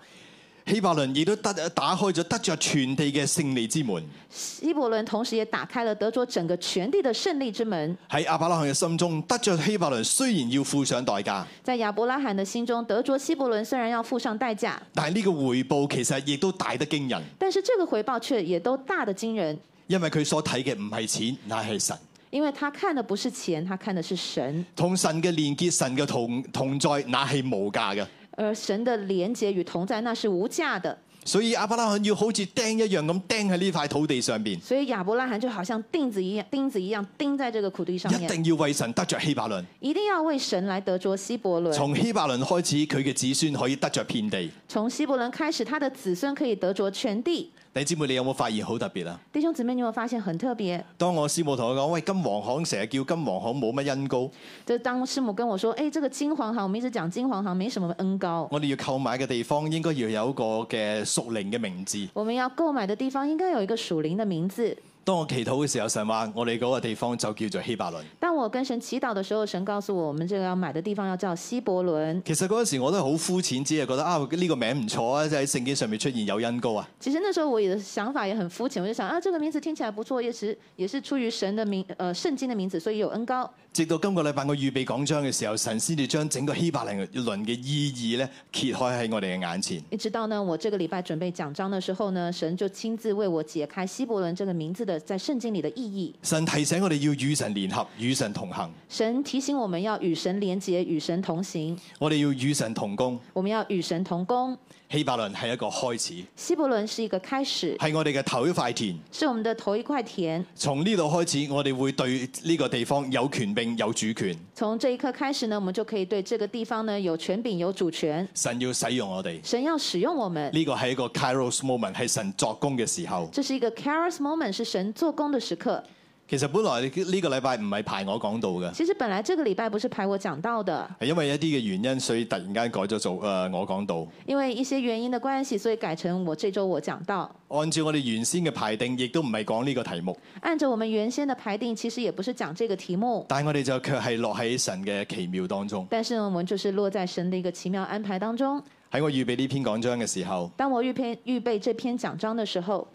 Speaker 1: 希伯倫亦都得打開咗得着全地嘅勝利之門。
Speaker 2: 希伯伦同时也打开了德卓整个全地的胜利之门。
Speaker 1: 喺亞伯拉罕嘅心中，得着希伯倫雖然要付上代價，
Speaker 2: 在亚伯拉罕的心中，德卓希伯伦虽然要付上代价，
Speaker 1: 但係呢個回報其實亦都大得驚人，
Speaker 2: 但是这个回报却也都大的惊人，
Speaker 1: 因為佢所睇嘅唔係錢，乃係神。
Speaker 2: 因为他看的不是钱，他看的是神，
Speaker 1: 同神嘅連結，神嘅同同在，那係無價嘅。
Speaker 2: 而神的廉洁与同在那是无价的。
Speaker 1: 所以亞伯拉罕要好似釘一樣咁釘喺呢塊土地上邊，
Speaker 2: 所以亚伯拉罕就好像钉子一样，钉子一样钉在这个苦地上
Speaker 1: 一
Speaker 2: 面，
Speaker 1: 定要為神得着希伯倫。
Speaker 2: 一定要为神来得着希伯伦。
Speaker 1: 從希伯倫開始，佢嘅子孫可以得着遍地。
Speaker 2: 从希伯伦开始，他的子孙可以得着全地。
Speaker 1: 弟兄姊妹，你有冇發現好特別啊？
Speaker 2: 弟兄姊妹，你有没有发现很特别？
Speaker 1: 當我師母同我講，喂，金黃行成日叫金黃行冇乜恩高，
Speaker 2: 就当师母跟我说：“哎，这个金黄行，我们一直讲金黄行没什么恩高，
Speaker 1: 我哋要購買嘅地方應該要有一個嘅屬靈嘅名字。
Speaker 2: 我们要购买的地方应该有一个属灵的名字。
Speaker 1: 當我祈禱嘅時候，神話我哋嗰個地方就叫做希伯倫。”
Speaker 2: 当我跟神祈祷的时候，神告诉我，我们这个要买的地方要叫希伯伦。
Speaker 1: 其實嗰陣時我都係好膚淺，只係覺得啊呢、個名唔錯啊，即係喺聖經上面出現有恩高啊。
Speaker 2: 其实那时候我也想法也很肤浅，我就想啊，这个名字听起来不错，也是也是出于神的名呃圣经的名字，所以有恩高。
Speaker 1: 直到今個禮拜我預備講章嘅時候，神先至將整個希伯倫嘅意義咧揭開喺我哋嘅眼前。
Speaker 2: 一直到呢，我这个礼拜准备讲章的时候呢，神就亲自为我解开希伯伦这个名字的在圣经里的意义。
Speaker 1: 神提醒我哋要與神聯合，與神同行。
Speaker 2: 神提醒我们要与神连结，与神同行，
Speaker 1: 我哋要與神同工。
Speaker 2: 我们要與神同工。
Speaker 1: 希伯倫係一個開始，
Speaker 2: 希伯伦是一个开始，
Speaker 1: 係我哋嘅頭一塊田。
Speaker 2: 是我们的头一块田。
Speaker 1: 從呢度開始，我哋會對呢個地方有權柄、有主權。
Speaker 2: 从这一刻开始呢，我们就可以对这个地方呢有权柄、有主权。
Speaker 1: 神要使用我哋，
Speaker 2: 神要使用我们，
Speaker 1: 呢個係一個 kairos moment，係神作工嘅時候。
Speaker 2: 这是一个 charis moment，是神做工的时刻。
Speaker 1: 其實本來呢個禮拜唔係排我講道嘅，
Speaker 2: 其实本来这个礼拜不是排我講到的，
Speaker 1: 係因為一啲嘅原因，所以突然間改咗做誒、呃我講道。
Speaker 2: 因为一些原因的关系，所以改成我这周我講到。
Speaker 1: 按照我哋原先嘅排定，亦都唔係講呢個題目，
Speaker 2: 按照我们原先的排定，其实也不是講这个题目，
Speaker 1: 但係我哋就卻係落喺神嘅奇妙當中。
Speaker 2: 但是呢，我们就是落在神的一个奇妙安排当中。
Speaker 1: 喺我預備呢篇講章嘅時候，
Speaker 2: 当我预篇预备这篇講章的时候，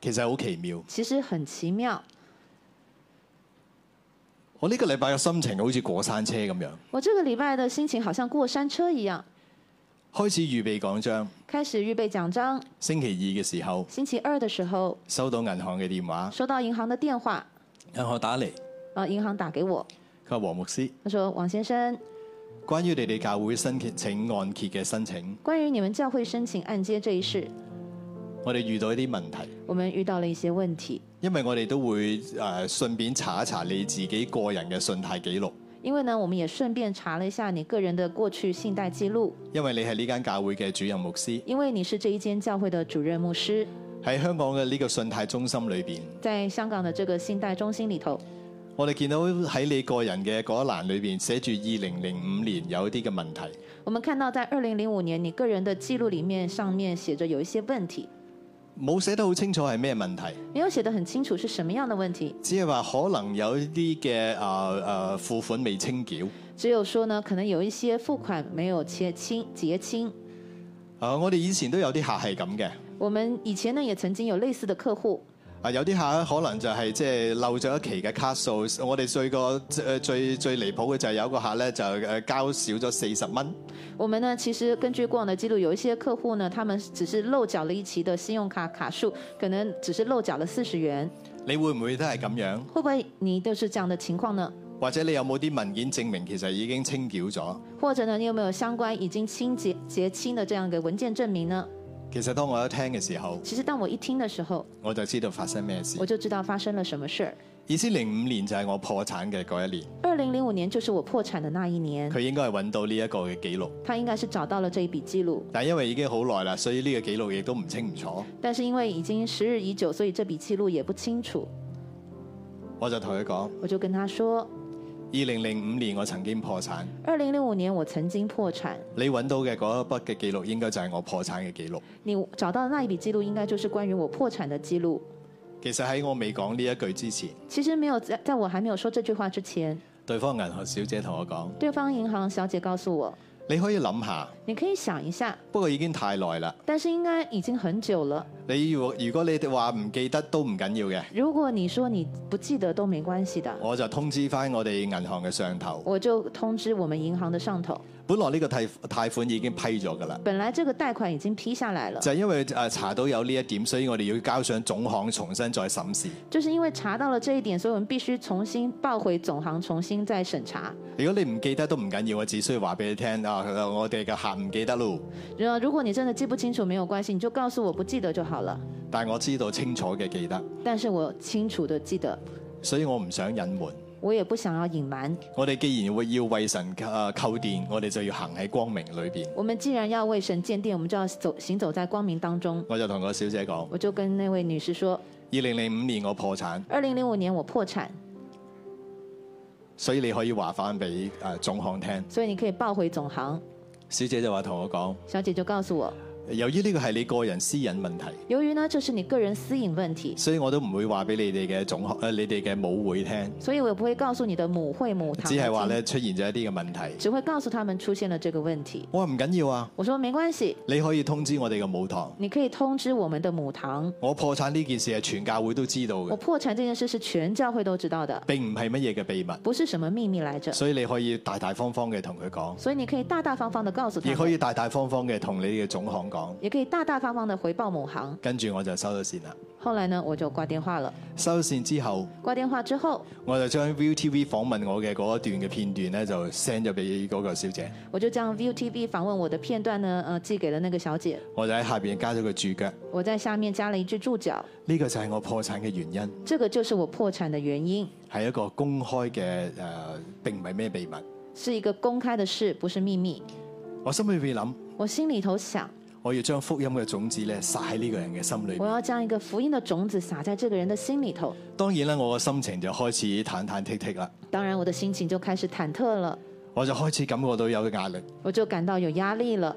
Speaker 1: 其實好奇妙。
Speaker 2: 其实很奇妙。
Speaker 1: 我呢個禮拜嘅心情好似過山車咁樣，
Speaker 2: 我这个礼拜的心情好像过山车一样，
Speaker 1: 開始預備講章。
Speaker 2: 开始预备奖章。
Speaker 1: 星期二嘅時候
Speaker 2: 星期二的时候，
Speaker 1: 收到銀行嘅電話，
Speaker 2: 收到银行的电話，
Speaker 1: 銀行打嚟，
Speaker 2: 啊，银行打给我，
Speaker 1: 佢話黃牧師，
Speaker 2: 他说：“王先生，
Speaker 1: 關於你哋教會申請按揭嘅申請，
Speaker 2: 关于你们教会申请按揭这一事，
Speaker 1: 我哋遇到一啲問題。
Speaker 2: 我们遇到了一些问题，
Speaker 1: 因為我哋都會誒、呃、順便查一查你自己個人嘅信貸記錄，
Speaker 2: 因为呢，我们也顺便查了一下你个人的过去信贷记录，
Speaker 1: 因為你係呢間教會嘅主任牧師，
Speaker 2: 因为你是这一间教会的主任牧师，
Speaker 1: 喺香港嘅呢個信貸中心裏邊，
Speaker 2: 在香港的这个信贷中心里头，
Speaker 1: 我哋見到喺你個人嘅嗰一欄裏邊寫住二零零五年有一啲嘅問題，
Speaker 2: 我们看到在二零零五年你个人的记录里面上面写着有一些问题，
Speaker 1: 冇寫得好清楚係咩問題，
Speaker 2: 没有写得很清楚是什么样的问题，
Speaker 1: 只係話可能有一啲嘅誒誒付款未清繳。
Speaker 2: 只有说呢，可能有一些付款没有结清结清。
Speaker 1: 啊，我哋以前都有啲客係咁嘅，
Speaker 2: 我们以前呢也曾经有类似的客户，
Speaker 1: 啊有啲客可能就係即係漏咗一期嘅卡數，我哋最個誒最最離譜嘅就係有一個客咧就誒交少咗四十蚊，
Speaker 2: 我们呢其实根据过往的记录，有一些客户呢，他们只是漏缴了一期的信用卡卡数，可能只是漏缴了四十元，
Speaker 1: 你會唔會都係咁樣？
Speaker 2: 会不会你都是这样的情况呢？
Speaker 1: 或者你有冇啲文件證明其實已經清繳咗？
Speaker 2: 或者呢，你有没有相关已经清结结清的这样一个文件证明呢？
Speaker 1: 其實當我一聽嘅時候，
Speaker 2: 其实当我一听的时候，
Speaker 1: 我就知道發生咩事
Speaker 2: 我。就知道发生了什么事儿。
Speaker 1: 二千零五年就係我破產嘅嗰一年，
Speaker 2: 二零零五年就是我破产的那一年，
Speaker 1: 佢應該係揾到呢一個嘅記錄，
Speaker 2: 他应该是找到了这一笔记录，
Speaker 1: 但因為已經好耐啦，所以呢個記錄亦都唔清唔楚。
Speaker 2: 但是因为已经时日已久，所以这笔记录也不清楚。
Speaker 1: 我就同佢講：
Speaker 2: 我就跟他说，
Speaker 1: 二零零五年我曾經破產，
Speaker 2: 二零零五年我曾经破产，
Speaker 1: 你揾到嘅嗰一筆嘅記錄應該就係我破產嘅記錄。
Speaker 2: 你找到的那一笔记录，应该就是关于我破产的记录。
Speaker 1: 其實喺我未講呢一句之前，
Speaker 2: 其实没有在在我还没有说这句话之前，
Speaker 1: 對方銀行小姐同我講：
Speaker 2: 对方银行小姐告诉我，
Speaker 1: 你可以諗下，
Speaker 2: 你可以想一下，
Speaker 1: 不過已經太耐啦。
Speaker 2: 但是应该已經很久了。
Speaker 1: 你如果如果你哋話唔記得都唔緊要嘅，
Speaker 2: 如果你说你不記得都沒關係的，
Speaker 1: 我就通知翻我哋銀行嘅上頭。
Speaker 2: 我就通知我們銀行的上頭。
Speaker 1: 本來呢個貸貸款已經批咗㗎啦，
Speaker 2: 本來這個貸款已經批下來了，
Speaker 1: 就係因為誒查到有呢一點，所以我哋要交上總行重新再審視。
Speaker 2: 就是因為查到了這一點，所以我們必須重新報回總行，重新再審查。
Speaker 1: 如果你唔記得都唔緊要，我只需要話俾你聽啊，我哋嘅客唔記得咯。
Speaker 2: 然後，如果你真的記不清楚，沒有關係，你就告訴我不記得就好了。
Speaker 1: 但我知道清楚嘅記得，
Speaker 2: 但是我清楚的記得，
Speaker 1: 所以我唔想隱瞞。
Speaker 2: 我也不想要隱瞞。
Speaker 1: 我哋既然會要為神誒扣電，我哋就要行喺光明裏邊。
Speaker 2: 我們既然要為神建殿，我們就要走行走在光明當中。
Speaker 1: 我就同個小姐講：
Speaker 2: 我就跟那位女士說：
Speaker 1: 二零零五年我破產，
Speaker 2: 二零零五年我破產，
Speaker 1: 所以你可以話翻俾誒總行聽。
Speaker 2: 所以你可以報回總行。
Speaker 1: 小姐就話同我講，
Speaker 2: 小姐就告訴我，
Speaker 1: 由於呢個係你個人私隱問題，
Speaker 2: 由於呢這是你個人私隱問題，
Speaker 1: 所以我都唔會話俾你哋嘅總學誒你哋嘅舞會聽，
Speaker 2: 所以我也不會告訴你的母會母堂，
Speaker 1: 只係話咧，出現咗一啲嘅問題。
Speaker 2: 只會告訴他們出現了這個問題。
Speaker 1: 我話唔緊要啊，
Speaker 2: 我說沒關係，
Speaker 1: 你可以通知我哋嘅舞堂。
Speaker 2: 你可以通知我們的母堂。
Speaker 1: 我破產呢件事係全教會都知道
Speaker 2: 我
Speaker 1: 嘅，
Speaker 2: 破產這件事是全教會都知道的，
Speaker 1: 並唔係乜嘢嘅秘密，
Speaker 2: 不是什麼秘密來着。
Speaker 1: 所以你可以大大方方嘅同佢講，
Speaker 2: 所以你可以大大方方的告訴他
Speaker 1: 亦
Speaker 2: 們，
Speaker 1: 可以大大方方嘅同你嘅總行講。
Speaker 2: 也可以大大方方的回報某行。
Speaker 1: 跟住我就收咗線啦。
Speaker 2: 後來呢，我就掛電話了。
Speaker 1: 收咗線之後，
Speaker 2: 掛電話之後，
Speaker 1: 我就將 ViuTV 訪問我嘅嗰一段嘅片段咧，就 send 咗俾嗰個小姐。
Speaker 2: 我就將 ViuTV 訪問我的片段呢，呃，寄給了那個小姐。
Speaker 1: 我就喺下邊加咗個注腳。
Speaker 2: 我在下面加了一句注腳，
Speaker 1: 呢、個就係我破產嘅原因，
Speaker 2: 這個就是我破產的原因，
Speaker 1: 係一個公開嘅誒、呃，並唔係咩秘密。
Speaker 2: 是一個公開的事，不是秘密。
Speaker 1: 我心裏邊諗，
Speaker 2: 我心裡頭想，
Speaker 1: 我要將福音嘅種子咧撒喺呢個人嘅心裏
Speaker 2: 我
Speaker 1: 邊。
Speaker 2: 要將一個福音的種子撒在這個人的心裡頭。
Speaker 1: 當然啦，我個心情就開始忐忐忑忑啦，
Speaker 2: 當然，我的心情就開始忐忑了，
Speaker 1: 我就開始感覺到有壓力。
Speaker 2: 我就感到有壓力了。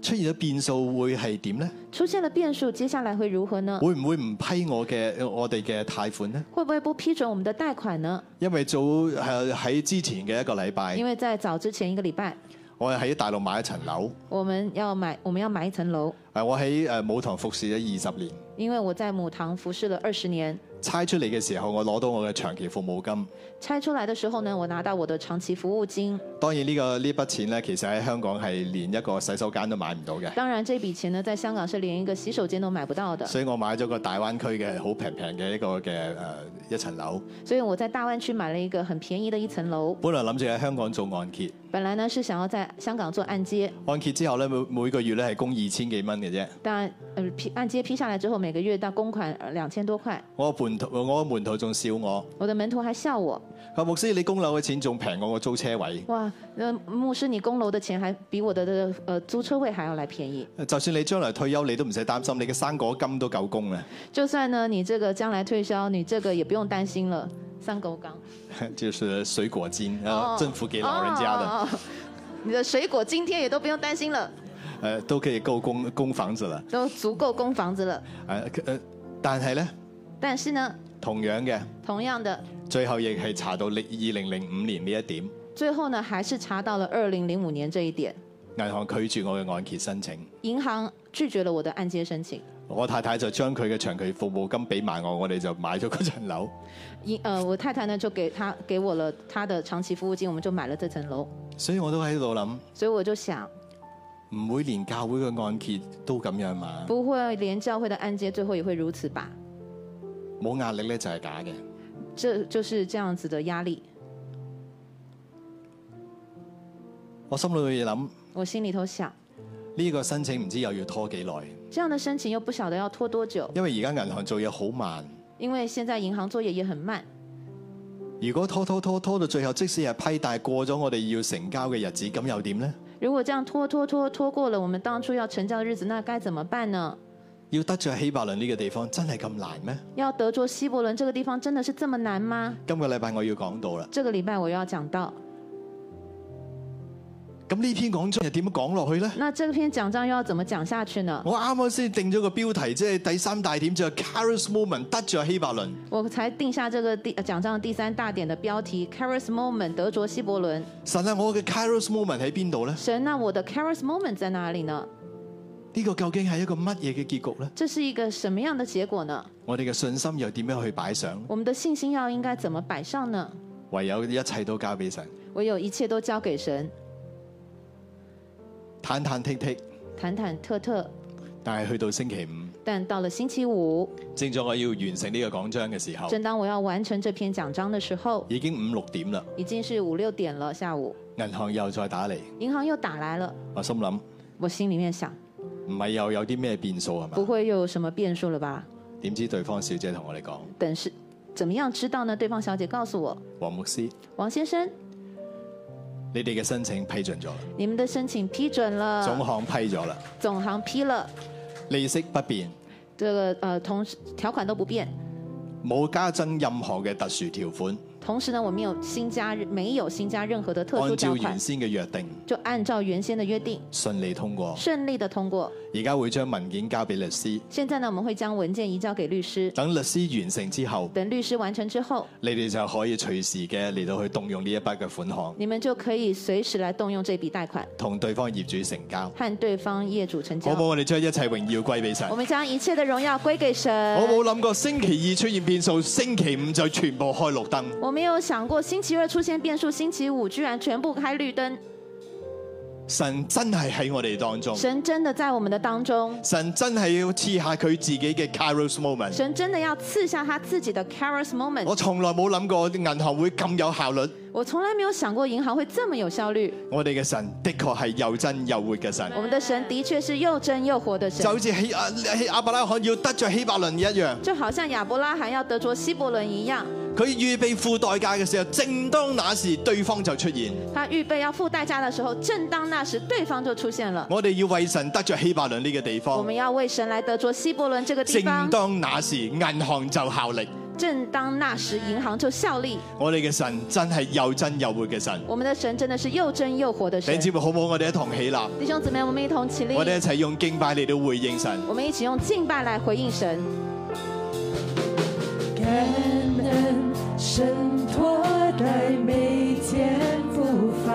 Speaker 1: 出現咗變數會係點呢？
Speaker 2: 出現了變數，接下來會如何呢？
Speaker 1: 會唔會唔批我嘅我哋嘅貸款呢？
Speaker 2: 會不會不批准我們的貸款呢？
Speaker 1: 因為早係喺之前嘅一個禮拜
Speaker 2: 因，為在早之前一個禮拜，
Speaker 1: 我喺大陸買一層樓，
Speaker 2: 我們要買我們要買一層樓，
Speaker 1: 誒我喺誒舞堂服侍咗二十年，
Speaker 2: 因為我在母堂服侍了二十年。
Speaker 1: 猜出嚟嘅時候，我攞到我嘅長期服務金。
Speaker 2: 拆出來的時候呢，我拿到我的長期服務金。
Speaker 1: 當然呢、個呢筆錢咧，其實喺香港係連一個洗手間都買唔到嘅，
Speaker 2: 當然，這筆錢呢，在香港是連一個洗手間都買不到的。
Speaker 1: 所以我買咗個大灣區嘅好平平嘅一個嘅誒、呃一層樓。
Speaker 2: 所以我在大灣區買了一個很便宜的一層樓。
Speaker 1: 本來諗住喺香港做按揭，
Speaker 2: 本來呢是想要在香港做按揭，
Speaker 1: 按揭之後咧每每個月咧係供二千幾蚊嘅啫。
Speaker 2: 但呃批按揭批下來之後，每個月到公款兩千多塊。
Speaker 1: 我個門徒我個門徒仲笑我，
Speaker 2: 我的門徒還笑我，
Speaker 1: 佢話牧師你供樓嘅錢仲平過我租車位，
Speaker 2: 哇，那牧師你供樓的錢還比我的的呃租車位還要來便宜。
Speaker 1: 就算你將來退休你都唔使擔心，你嘅生果金都夠供啊 (laughs) 啦。
Speaker 2: 就算呢，你這個將來退休，你這個也不用擔心了。三狗港，
Speaker 1: 就是水果金，啊，
Speaker 2: 哦
Speaker 1: 政府給老人家的，
Speaker 2: 哦哦哦你的水果津貼也都不用擔心了，
Speaker 1: 呃，都可以夠供供房子了。
Speaker 2: 都足夠供房子了。
Speaker 1: 呃，呃但係咧，
Speaker 2: 但是呢，
Speaker 1: 同樣嘅，
Speaker 2: 同樣的，
Speaker 1: 最後亦係查到二零零五年呢一點，
Speaker 2: 最後呢還是查到了二零零五年這一點，
Speaker 1: 銀行拒絕我嘅按揭申請。
Speaker 2: 銀行拒絕了我的按揭申請。
Speaker 1: 我太太就將佢嘅長期服務金俾埋我，我哋就買咗嗰層樓。 (laughs)
Speaker 2: 銀呃，我太太呢就給他給我了他的長期服務金，我們就買了這層樓。
Speaker 1: 所以我都喺度諗，
Speaker 2: 所以我就想，
Speaker 1: 唔會連教會嘅按揭都咁樣嘛？
Speaker 2: 不会连教会的按揭最后也会如此吧？
Speaker 1: 冇壓力咧就係假嘅。
Speaker 2: 这就是这样子的壓力。
Speaker 1: 我心裏面諗，
Speaker 2: 我心里頭想，
Speaker 1: 呢、個申請唔知又要拖幾耐，
Speaker 2: 這樣的申請又不曉得要拖多久。
Speaker 1: 因為而家銀行做嘢好慢。
Speaker 2: 因为现在银行作业也很慢。
Speaker 1: 如果拖拖拖拖到最後，即使係批，但係過咗我哋要成交嘅日子，咁又點呢？
Speaker 2: 如果這樣拖拖拖拖過了我們當初要成交的日子，那該怎麼辦呢？
Speaker 1: 要得着希伯倫呢個地方，真係咁難咩？
Speaker 2: 要得着希伯倫這個地方真的是這麼難嗎？
Speaker 1: 今個禮拜我要講到啦，
Speaker 2: 這個禮拜我要講到，
Speaker 1: 咁呢篇講章又點樣講落去呢？
Speaker 2: 那这篇讲章又要怎么講下去呢？
Speaker 1: 我啱啱先定咗個標題，即係第三大點就係 Charis Moment 得著希伯倫。
Speaker 2: 我才定下这个第呃讲章的第三大点的标题 “Charis Moment” 德卓希伯伦。
Speaker 1: 神啊，我嘅 Charis Moment 喺邊度呢？
Speaker 2: 神，那我的 Charis Moment 在哪里呢？
Speaker 1: 呢、個究竟係一個乜嘢嘅結局呢？
Speaker 2: 这是一个什么样的结果呢？
Speaker 1: 我哋嘅信心又點樣去擺上？
Speaker 2: 我们的信心要应该怎么摆上呢？
Speaker 1: 唯有一切都交俾神，
Speaker 2: 唯有一切都交给神，
Speaker 1: 忐忐忑忑。
Speaker 2: 忐忐忑忑。
Speaker 1: 但係去到星期五，
Speaker 2: 但到了星期五，
Speaker 1: 正在我要完成呢個講章嘅時候，
Speaker 2: 正当我要完成这篇讲章的时候，
Speaker 1: 已經五六點啦，
Speaker 2: 已经是五六点了。下午，
Speaker 1: 銀行又再打嚟，
Speaker 2: 银行又打来了。
Speaker 1: 我心諗
Speaker 2: 我心里面想，
Speaker 1: 唔係又有啲咩變數係
Speaker 2: 不
Speaker 1: 嘛？
Speaker 2: 会又有什么变数了吧？
Speaker 1: 點知對方小姐同我哋講，
Speaker 2: 等是怎么样知道呢？对方小姐告诉我，
Speaker 1: 黃牧師，
Speaker 2: 王先生，
Speaker 1: 你哋嘅申請批准咗啦，
Speaker 2: 你们的申请批准了，
Speaker 1: 總行批咗啦，
Speaker 2: 总行批了，
Speaker 1: 利息不變，
Speaker 2: 这个呃同时条款都不变。
Speaker 1: 冇加增任何嘅特殊條款，
Speaker 2: 同时呢，我们有新加没有新加任何的特殊
Speaker 1: 按
Speaker 2: 条
Speaker 1: 照
Speaker 2: 款
Speaker 1: 原，先嘅約定
Speaker 2: 就按照原先的约定
Speaker 1: 順利通過。
Speaker 2: 顺利的通过。
Speaker 1: 而家會將文件交俾律師，
Speaker 2: 现在呢，我们会将文件移交给律师，
Speaker 1: 等律師完成之後，
Speaker 2: 等律师完成之后，
Speaker 1: 你哋就可以隨時嘅嚟到去動用呢一筆嘅款項，
Speaker 2: 你们就可以随时来动用这笔贷款，
Speaker 1: 同對方業主成交。
Speaker 2: 和对方业主成
Speaker 1: 好
Speaker 2: 交
Speaker 1: 冇？。我哋將一切榮耀歸俾神
Speaker 2: 我。们将一切的荣耀归给神。
Speaker 1: 我冇諗過星期二出現變數，星期五就全部開綠燈。
Speaker 2: 我没有想过星期二出现变数，星期五居然全部开绿灯。
Speaker 1: 神真係喺我哋當中，
Speaker 2: 神真的在我们的当中，
Speaker 1: 神真係要賜下佢自己嘅 Kairos moment。
Speaker 2: 神真的要赐下他自己的 Charis moment
Speaker 1: 我。從來冇諗過銀行會咁有效率。
Speaker 2: 我从来没有想过银行会这么有效率。
Speaker 1: 我哋嘅神的確係又真又活嘅神，
Speaker 2: 我们的神的确是又真又活的神
Speaker 1: 就，好似希亞希亞伯拉罕要得着希伯倫一樣。
Speaker 2: 就好像亚伯拉罕要得着希伯伦一样，
Speaker 1: 佢預備付代價嘅時候，正當那時，對方就出現。
Speaker 2: 他预备要付代价的时候，正当那时，对方就出现了。
Speaker 1: 我哋要為神得着希伯倫呢個地
Speaker 2: 我
Speaker 1: 方
Speaker 2: 们。要为神来得着希伯伦这个地
Speaker 1: 正
Speaker 2: 方。
Speaker 1: 當那時，銀行就效力。
Speaker 2: 正当那时，银行就效力。
Speaker 1: 我哋嘅神真係又真又活嘅神。
Speaker 2: 我们的神真的是又真又活的
Speaker 1: 弟
Speaker 2: 神
Speaker 1: 兄。姊妹好唔好？我哋一同起立，
Speaker 2: 弟兄姊妹，我们一同起立，
Speaker 1: 我哋一齊用敬拜嚟到回應神。
Speaker 2: 我们一起用敬拜来回应神。
Speaker 4: 感恩神托在每天步伐，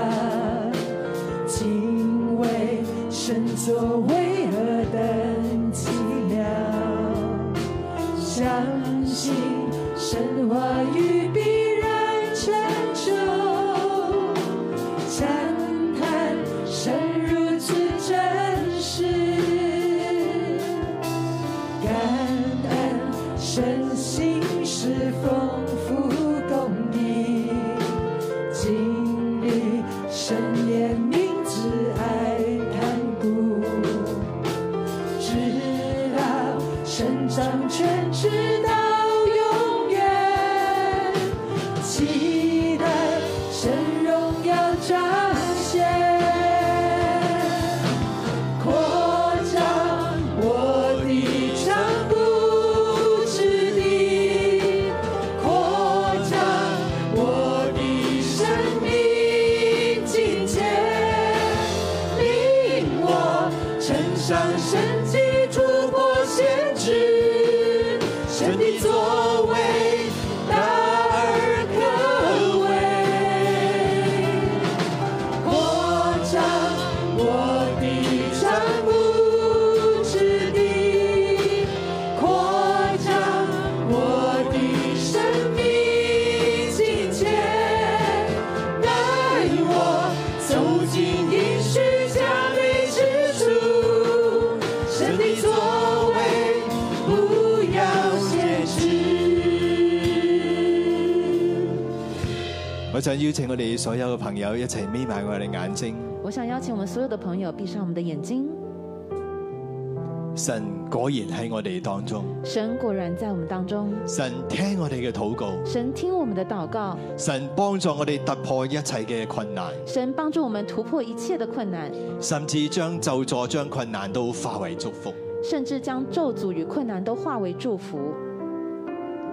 Speaker 4: 敬畏神作为何等奇妙，相信神话语必然成就，赞叹神如此真实。感恩身心是丰富供应，经历神怜悯慈爱看顾，直到神掌权，直到永远，期待神荣耀彰显。扩张我的长不之地，扩张我的生命境界，令我乘上神迹突破限制，神的作为大而可畏。扩张我的长不之地，扩张我的生命境界，带我走进应许加倍之处，神的作为不要限制。
Speaker 1: 我想邀請我哋所有嘅朋友一齊眯埋我哋眼睛，
Speaker 2: 我想邀请我们所有的朋友闭上我们的眼睛，
Speaker 1: 神果然喺我哋當中，
Speaker 2: 神果然在我们当中，
Speaker 1: 神聽我哋嘅禱告，
Speaker 2: 神听我们的祷告，
Speaker 1: 神幫助我哋突破一切嘅困難，
Speaker 2: 神帮助我们突破一切的困难，
Speaker 1: 甚至將咒助將困難都化為祝福。
Speaker 2: 甚至将咒诅与困难都化为祝福。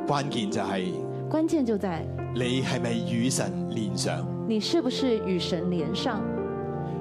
Speaker 1: 關鍵就係
Speaker 2: 关键就在
Speaker 1: 你係咪與神連上？
Speaker 2: 你是不是与神连上。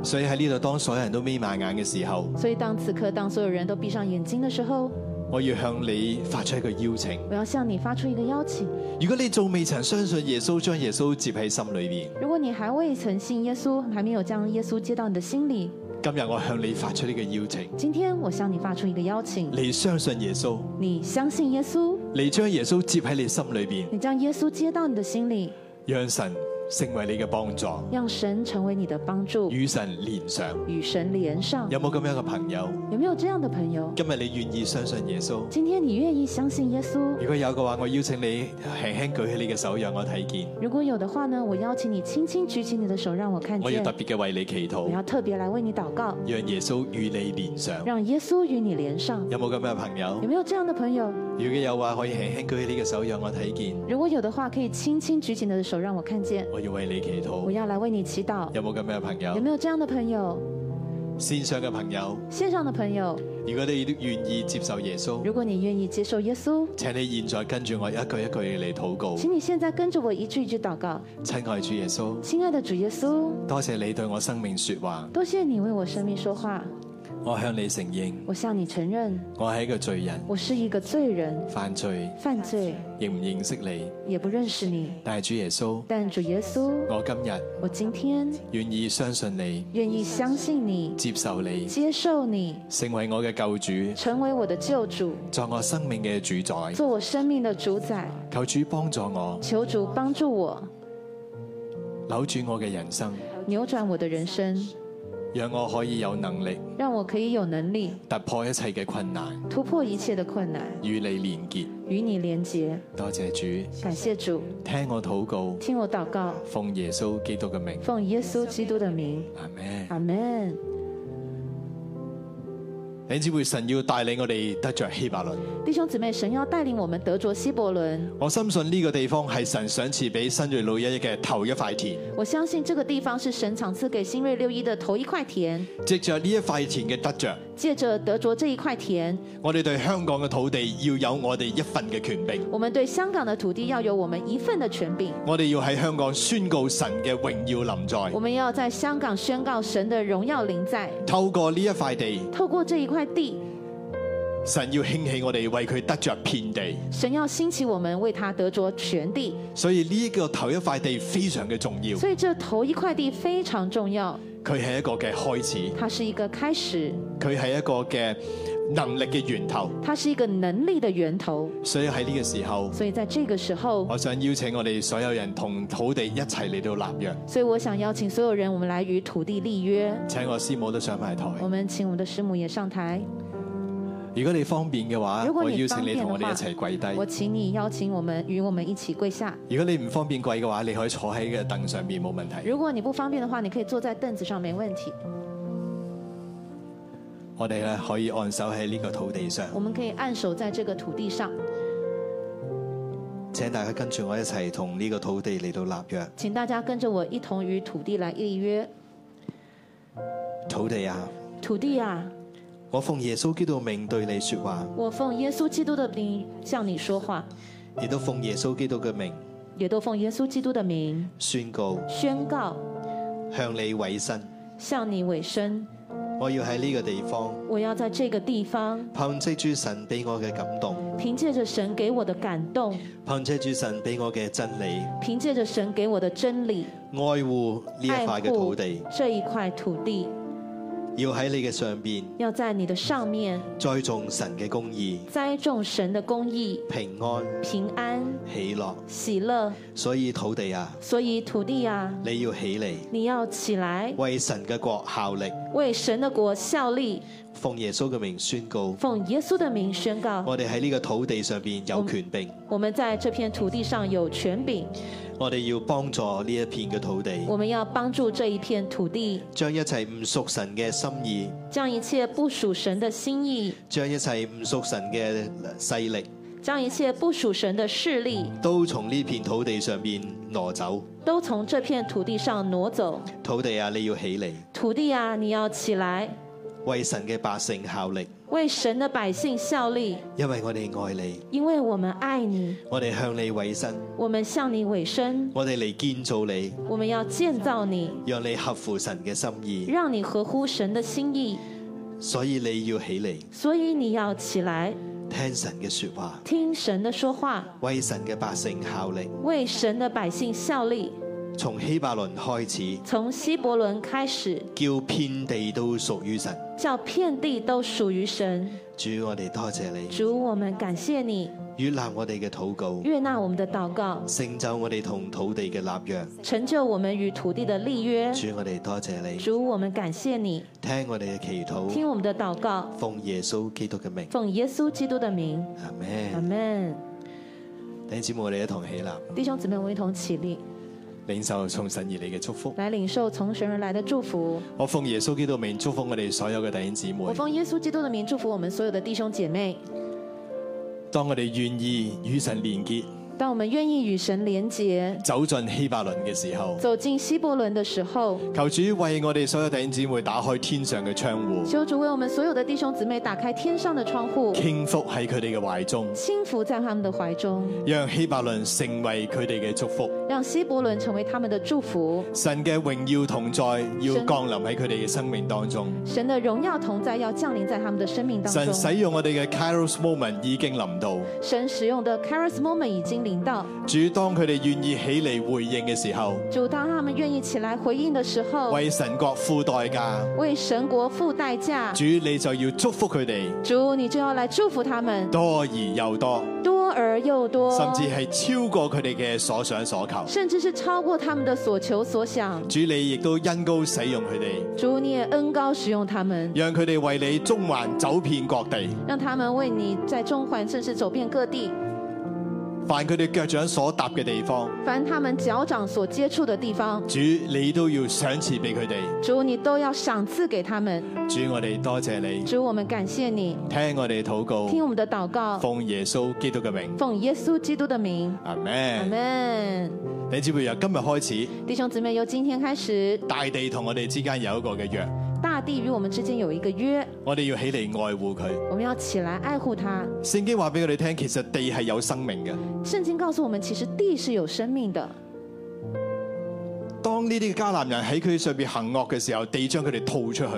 Speaker 1: 所以喺呢度，當所有人都眯埋眼嘅時候，
Speaker 2: 所以当此刻，当所有人都闭上眼睛的时候，
Speaker 1: 我要向你發出一個邀請。
Speaker 2: 我要向你发出一个邀请。
Speaker 1: 如果你仲未曾相信耶穌，將耶穌接喺心裏面，
Speaker 2: 如果你还未曾信耶稣，还没有将耶稣接到你的心里，
Speaker 1: 今日我向你發出呢個邀請，
Speaker 2: 今天我向你发出一个邀请，
Speaker 1: 你相信耶穌，
Speaker 2: 你相信耶稣，
Speaker 1: 你將耶穌接喺你心裏面，
Speaker 2: 你将耶稣接到你的心里，
Speaker 1: 讓神成為你嘅幫助，
Speaker 2: 让神成为你的帮助，
Speaker 1: 與神連上。
Speaker 2: 与神连上。
Speaker 1: 有冇咁樣嘅朋友？
Speaker 2: 有没有这样的朋友？
Speaker 1: 今日你願意相信耶穌？
Speaker 2: 今天你愿意相信耶稣？
Speaker 1: 如果有嘅話，我邀請你輕輕舉起你嘅手，讓我睇見。
Speaker 2: 如果有的话呢，我邀请你轻轻举起你的手，让我看
Speaker 1: 我要
Speaker 2: 见
Speaker 1: 特。別嘅為你祈
Speaker 2: 我要
Speaker 1: 禱，
Speaker 2: 特别来为你祷告，
Speaker 1: 讓耶穌與你連上。
Speaker 2: 让耶稣与你连上。
Speaker 1: 有冇咁樣嘅朋友
Speaker 2: 有？没有这样的朋友？
Speaker 1: 如果有話，可以輕輕舉起你嘅手，讓我睇見。
Speaker 2: 如果有的话，可以轻轻举起你的手，让我看见。
Speaker 1: 我要為你祈
Speaker 2: 我
Speaker 1: 禱。
Speaker 2: 要来为你祈祷。
Speaker 1: 有冇咁樣嘅朋
Speaker 2: 有
Speaker 1: 友？
Speaker 2: 没有这样的朋友？
Speaker 1: 線上嘅朋友，
Speaker 2: 线上的朋友，
Speaker 1: 如果你都願意接受耶穌，
Speaker 2: 如果你愿意接受耶稣，
Speaker 1: 請你現在跟住我一句一句嚟禱告。
Speaker 2: 请你现在跟着我一句一句祷告。
Speaker 1: 親愛主耶穌，
Speaker 2: 亲爱的主耶稣，
Speaker 1: 多謝你對我生命說話，
Speaker 2: 多谢你为我生命说话。
Speaker 1: 我向你承認，
Speaker 2: 我向你承认，
Speaker 1: 我係一個罪人，
Speaker 2: 我是一个罪人，
Speaker 1: 犯罪，
Speaker 2: 犯罪，
Speaker 1: 認唔認識你？
Speaker 2: 也不认识你。
Speaker 1: 但係主耶穌，
Speaker 2: 但主耶稣，
Speaker 1: 我今日
Speaker 2: 我今天
Speaker 1: 願意相信你，
Speaker 2: 愿意相信你，
Speaker 1: 接受你，
Speaker 2: 接受你，
Speaker 1: 成為我嘅救主，
Speaker 2: 成为我的救主，
Speaker 1: 作我生命嘅主宰。
Speaker 2: 做我生命的主宰。
Speaker 1: 求主幫助我，
Speaker 2: 求主帮助我，
Speaker 1: 扭轉我嘅人生，
Speaker 2: 扭转我的人生，
Speaker 1: 讓我可以有能力
Speaker 2: 让我可以有能力
Speaker 1: 突破一切嘅困難，
Speaker 2: 突破一切的困难，
Speaker 1: 與你連結。
Speaker 2: 与你连结。
Speaker 1: 多謝主，
Speaker 2: 感谢主，
Speaker 1: 聽我禱告，
Speaker 2: 听我祷告，
Speaker 1: 奉耶穌基督嘅名，
Speaker 2: 奉耶稣基督的名，
Speaker 1: 阿咩？
Speaker 2: 阿门。
Speaker 1: 弟兄姊妹，神要帶領我哋得着希伯倫。
Speaker 2: 弟兄姊妹，神要带领我们得着希伯伦，
Speaker 1: 我深信呢個地方係神賞賜俾新锐老一嘅頭一塊田。
Speaker 2: 我相信这个地方是神赏赐给新锐六一的头一块田。
Speaker 1: 藉着呢一塊田嘅得着，
Speaker 2: 借着得着这一块田，
Speaker 1: 我哋對香港嘅土地要有我哋一份嘅權柄。
Speaker 2: 我们对香港的土地要有我们一份的权柄。
Speaker 1: 我哋要喺香港宣告神嘅榮耀臨
Speaker 2: 我
Speaker 1: 在，
Speaker 2: 们要在香港宣告神的荣耀临在，
Speaker 1: 透過呢一塊地，
Speaker 2: 透过这一块地，
Speaker 1: 神要興起我哋，為佢得着遍地。
Speaker 2: 神要兴起我们为他得着全地。
Speaker 1: 所以呢個頭一塊地非常嘅重要，
Speaker 2: 所以这头一块地非常重要，
Speaker 1: 佢係一個嘅開始，
Speaker 2: 它是一个开始，
Speaker 1: 佢係一個嘅能力嘅源頭。
Speaker 2: 它是一个能力的源头。
Speaker 1: 所以喺呢個時候，
Speaker 2: 所以在这个时候，
Speaker 1: 我想邀請我哋所有人同土地一齊嚟到立約。
Speaker 2: 所以我想邀請所有人，我们来与土地立约。
Speaker 1: 請我師母都上埋台。
Speaker 2: 我们请我们的师母也上台。
Speaker 1: 如果你方便嘅話，
Speaker 2: 如果
Speaker 1: 我
Speaker 2: 你
Speaker 1: 邀請你同我哋一
Speaker 2: 方
Speaker 1: 齊
Speaker 2: 便
Speaker 1: 跪低。
Speaker 2: 我请你邀请我们与我们一起跪下。
Speaker 1: 如果你唔方便跪嘅話，你可以坐喺嘅凳上面冇問題。
Speaker 2: 如果你不方便的话，你可以坐在凳子上，没问题。
Speaker 1: 我哋咧可以按手喺呢個土地上。
Speaker 2: 我们可以按手在这个土地上，
Speaker 1: 請大家跟住我一齊同呢個土地嚟到立約。
Speaker 2: 请大家跟着我一同与土地来立约。
Speaker 1: 土地啊，
Speaker 2: 土地啊，
Speaker 1: 我奉耶穌基督嘅命對你說話，
Speaker 2: 我奉耶稣基督的名向你说话，
Speaker 1: 亦都奉耶穌基督嘅名
Speaker 2: 也都奉耶稣基督的名
Speaker 1: 宣告
Speaker 2: 宣告，
Speaker 1: 向你委身。
Speaker 2: 向你委身。
Speaker 1: 我要喺呢個地方
Speaker 2: 我要在这个地方，
Speaker 1: 憑藉住神俾我嘅感動，
Speaker 2: 凭借着神给我的感动，
Speaker 1: 憑藉住神俾我嘅真理，
Speaker 2: 凭借着神给我的真理，
Speaker 1: 愛護呢一塊嘅土地，
Speaker 2: 这一块土地，
Speaker 1: 要喺你嘅上邊
Speaker 2: 要在你的上面
Speaker 1: 栽種神嘅公義、
Speaker 2: 栽种神的公义、
Speaker 1: 平安、
Speaker 2: 平安、
Speaker 1: 喜樂。
Speaker 2: 喜乐。
Speaker 1: 所以土地啊，
Speaker 2: 所以土地啊，
Speaker 1: 你要起嚟，
Speaker 2: 你要起来，
Speaker 1: 為神嘅國效力。
Speaker 2: 为神的国效力。
Speaker 1: 奉耶穌嘅名宣告，
Speaker 2: 奉耶稣的名宣告，
Speaker 1: 我哋喺呢個土地上邊有權柄。
Speaker 2: 我们在这片土地上有权柄，
Speaker 1: 我哋要幫助呢一片嘅土地，
Speaker 2: 我们要帮助这一片土地，
Speaker 1: 將一切唔屬神嘅心意，
Speaker 2: 将一切不属神的心意，
Speaker 1: 將一切唔屬神嘅勢力，
Speaker 2: 将一切不属神的势力，
Speaker 1: 都從呢片土地上邊挪走。
Speaker 2: 都从这片土地上挪走。
Speaker 1: 土地啊，你要起嚟，
Speaker 2: 土地啊，你要起来，
Speaker 1: 為神嘅百姓效力，
Speaker 2: 为神的百姓效力，
Speaker 1: 因為我哋愛你，
Speaker 2: 因为我们爱你，
Speaker 1: 我哋向你委身，
Speaker 2: 我们向你委身，
Speaker 1: 我哋嚟建造你，
Speaker 2: 我们要建造你，
Speaker 1: 讓你合乎神嘅心意。
Speaker 2: 让你合乎神的心意。
Speaker 1: 所以你要起嚟
Speaker 2: 所以你要起来，
Speaker 1: 聽神嘅说話，
Speaker 2: 听神的说话，
Speaker 1: 為神嘅百姓效力。
Speaker 2: 为神的百姓效力。
Speaker 1: 從希伯倫開始，
Speaker 2: 从希伯伦开始，
Speaker 1: 叫遍地都屬於神。
Speaker 2: 叫遍地都屬于神。
Speaker 1: 主，我哋多謝你，
Speaker 2: 主，我们感谢你，
Speaker 1: 悦納我哋嘅禱告，
Speaker 2: 悦纳我们的祷告，
Speaker 1: 成就我哋同土地嘅立約。
Speaker 2: 成就我们与土地的立约。
Speaker 1: 主，我哋多謝你，
Speaker 2: 主，我们感谢你，
Speaker 1: 聽我哋嘅祈禱，
Speaker 2: 听我们的祷告，
Speaker 1: 奉耶穌基督嘅名，
Speaker 2: 奉耶稣基督的名，
Speaker 1: 阿
Speaker 2: 阿
Speaker 1: 門。
Speaker 2: 门。
Speaker 1: 弟兄姊妹，我哋一同起立，
Speaker 2: 弟兄姊妹，我们一同起立，
Speaker 1: 領受從神而嚟嘅祝福。
Speaker 2: 来领受从神而来的祝福。
Speaker 1: 我奉耶穌基督嘅名祝福我哋所有嘅弟兄姊妹
Speaker 2: 我。奉耶稣基督的名祝福我们所有的弟兄姐妹。
Speaker 1: 當我哋願意與神連結，
Speaker 2: 当我们愿意与神连结，
Speaker 1: 走進希伯倫嘅時候，
Speaker 2: 走进希伯伦的时候，
Speaker 1: 求主為我哋所有弟兄姊妹打開天上嘅窗户，
Speaker 2: 求主为我们所有的弟兄姊妹打开天上的窗户，
Speaker 1: 傾覆喺佢哋嘅懷中，
Speaker 2: 轻伏在他们的怀中，
Speaker 1: 讓希伯倫成為佢哋嘅祝福。
Speaker 2: 让希伯伦成为他们的祝福。
Speaker 1: 神嘅榮耀同在要降臨喺佢哋嘅生命當中。
Speaker 2: 神的荣耀同在要降临在他们的生命当
Speaker 1: 神
Speaker 2: 中。
Speaker 1: 使用我哋嘅 Kairos moment 已經臨到。
Speaker 2: 神使用的 charis moment 已经临到，
Speaker 1: 主當佢哋願意起嚟回應嘅時候，
Speaker 2: 主当他们愿意起来回應的时候，
Speaker 1: 為神國付代價。
Speaker 2: 为神国付代价。
Speaker 1: 主你就要祝福佢哋
Speaker 2: 主，你就要来祝福他们，
Speaker 1: 多而又多，
Speaker 2: 多而又多，
Speaker 1: 甚至係超過佢哋嘅所想所求。
Speaker 2: 甚至是超过他们的所求所想。
Speaker 1: 主你亦都恩高使用佢哋，
Speaker 2: 主，你也恩高使用他们，
Speaker 1: 讓佢哋為你中環走遍各地，
Speaker 2: 让他们为你在中环甚至走遍各地，
Speaker 1: 凡佢哋腳掌所踏嘅地方，
Speaker 2: 凡他们脚掌所接触的地方，
Speaker 1: 主你都要賞賜俾佢哋。
Speaker 2: 主，你都要赏赐给他们。
Speaker 1: 主我哋多謝你，
Speaker 2: 主，我们感谢你，
Speaker 1: 聽我哋禱告。
Speaker 2: 听我们的祷告，
Speaker 1: 奉耶穌基督嘅名，
Speaker 2: 奉耶稣基督的名，
Speaker 1: 阿
Speaker 2: 阿
Speaker 1: 門。
Speaker 2: 门。
Speaker 1: 你知唔知由今日開始，
Speaker 2: 弟兄姊妹，由今天开始，
Speaker 1: 大地同我哋之間有一個嘅約，
Speaker 2: 大地与我们之间有一个约，
Speaker 1: 我哋要起嚟愛護佢。
Speaker 2: 我们要起来爱护它。
Speaker 1: 聖經話俾我哋聽，其實地係有生命嘅。
Speaker 2: 圣经告诉我们，其实地是有生命的。
Speaker 1: 當呢啲迦南人喺佢上邊行惡嘅時候，地將佢哋吐出去，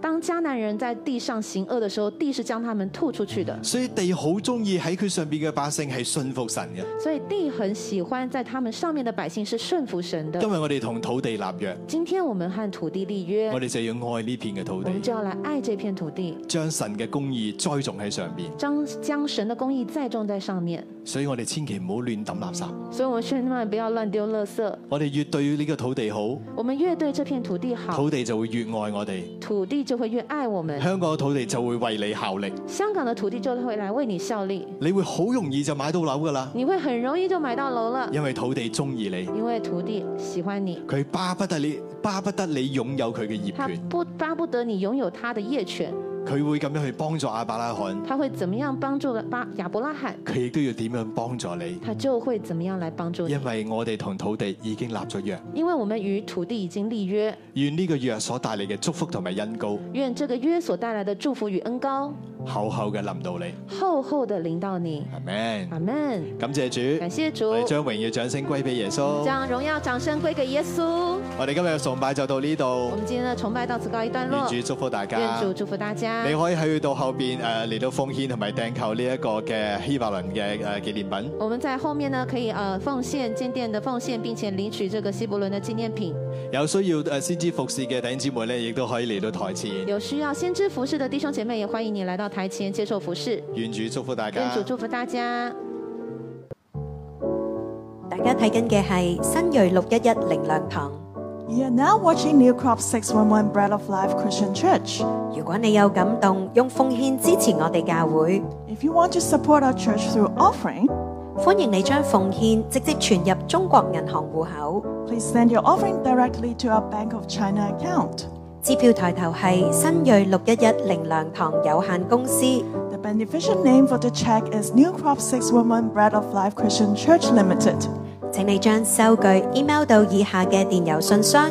Speaker 2: 当迦南人在地上行恶的时候，地是将他们吐出去的。
Speaker 1: 所以地好中意喺佢上邊嘅百姓係信服神嘅。
Speaker 2: 所以地很喜欢在他们上面的百姓是顺服神的
Speaker 1: 今。日我哋同土地立約，
Speaker 2: 今天我们和土地立约，
Speaker 1: 我哋就要愛呢片嘅土
Speaker 2: 我们就
Speaker 1: 地，
Speaker 2: 要来爱这片土地，
Speaker 1: 將神嘅公義栽種喺上邊。
Speaker 2: 将将神的公义栽种在上面。
Speaker 1: 所以我哋千祈唔好亂抌垃圾。
Speaker 2: 所以，我们千万不要乱丢垃圾。
Speaker 1: 我哋越對呢個土地好，
Speaker 2: 我们越对这片土地好，
Speaker 1: 土地就會越愛我哋。
Speaker 2: 土地就会越爱我们。
Speaker 1: 香港嘅土地就會為你效力，
Speaker 2: 香港的土地就会来为你效力，
Speaker 1: 你會好容易就買到樓噶啦，
Speaker 2: 你会很容易就买到楼了，
Speaker 1: 因為土地中意你，
Speaker 2: 因为土地喜欢你，
Speaker 1: 佢巴不得你巴不得你擁有佢嘅業
Speaker 2: 他
Speaker 1: 權，
Speaker 2: 不巴不得你拥有他的业权，
Speaker 1: 佢會咁樣去幫助阿伯拉罕，
Speaker 2: 他会怎么样帮助了巴亚伯拉罕，
Speaker 1: 佢亦都要點樣幫助你，
Speaker 2: 他就会怎么样来帮助你
Speaker 1: 因，為我哋同土地已經立咗約，
Speaker 2: 因为我们与土地已经立约，
Speaker 1: 願呢個約所帶嚟嘅祝福同埋恩高，
Speaker 2: 愿这个约所带来的祝福与恩高，
Speaker 1: 厚厚嘅臨到你，
Speaker 2: 厚厚的临到你。
Speaker 1: 阿 man，
Speaker 2: 阿门。
Speaker 1: 感謝
Speaker 2: 感
Speaker 1: 主，
Speaker 2: 谢主
Speaker 1: 我，哋將榮耀掌聲歸俾耶穌。
Speaker 2: 将荣耀掌声归给耶稣。
Speaker 1: 我哋今日嘅崇拜就到呢
Speaker 2: 我
Speaker 1: 度，
Speaker 2: 们今天的崇拜到此告一段落，
Speaker 1: 願主祝福大
Speaker 2: 愿
Speaker 1: 家。
Speaker 2: 主祝福大家
Speaker 1: 你。可以喺佢到後邊誒嚟到奉獻同埋訂購呢一個嘅希伯倫嘅誒紀念品。
Speaker 2: 我们在后面呢，可以呃奉献建店的奉献，并且领取这个希伯伦的纪念品。
Speaker 1: 有需要誒先知服侍嘅弟兄姊妹咧，亦都可以嚟到台前。
Speaker 2: 有需要先知服饰的弟兄姐妹，也欢迎你来到台前接受服饰。
Speaker 1: 願主祝福大
Speaker 2: 愿
Speaker 1: 家
Speaker 2: 主。祝福大家。
Speaker 5: 大家睇緊嘅係新锐六一一零亮堂。
Speaker 6: You are now watching New Crop 611 Bread of Life Christian Church.
Speaker 5: 如果你有感動，用奉獻支持我哋教會，
Speaker 6: If you want to support our church through offering,
Speaker 5: 歡迎你將奉獻直接存入中國銀行户口。
Speaker 6: please send your offering directly to our Bank of China account.
Speaker 5: 支票抬頭係新锐六一一零亮堂有限公司，
Speaker 6: The beneficial name for the check is New Crop 611 Bread of Life Christian Church Limited.
Speaker 5: 請你將收據 email 到以下嘅電郵信箱。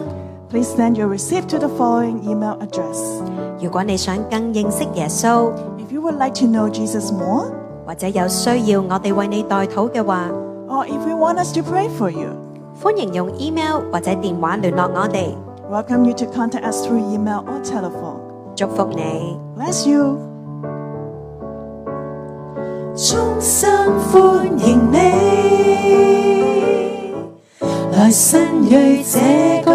Speaker 6: Please send your receipt to the following email address.
Speaker 5: 如果你想更認識耶穌，
Speaker 6: If you would like to know Jesus more,
Speaker 5: 或者有需要我哋為你代禱嘅話，
Speaker 6: or if you want us to pray for you,
Speaker 5: 歡迎用 email 或者電話聯絡我哋。
Speaker 6: welcome you to contact us through email or telephone.
Speaker 5: 祝福你。
Speaker 6: Bless you.
Speaker 4: 衷心歡迎你，來新锐這個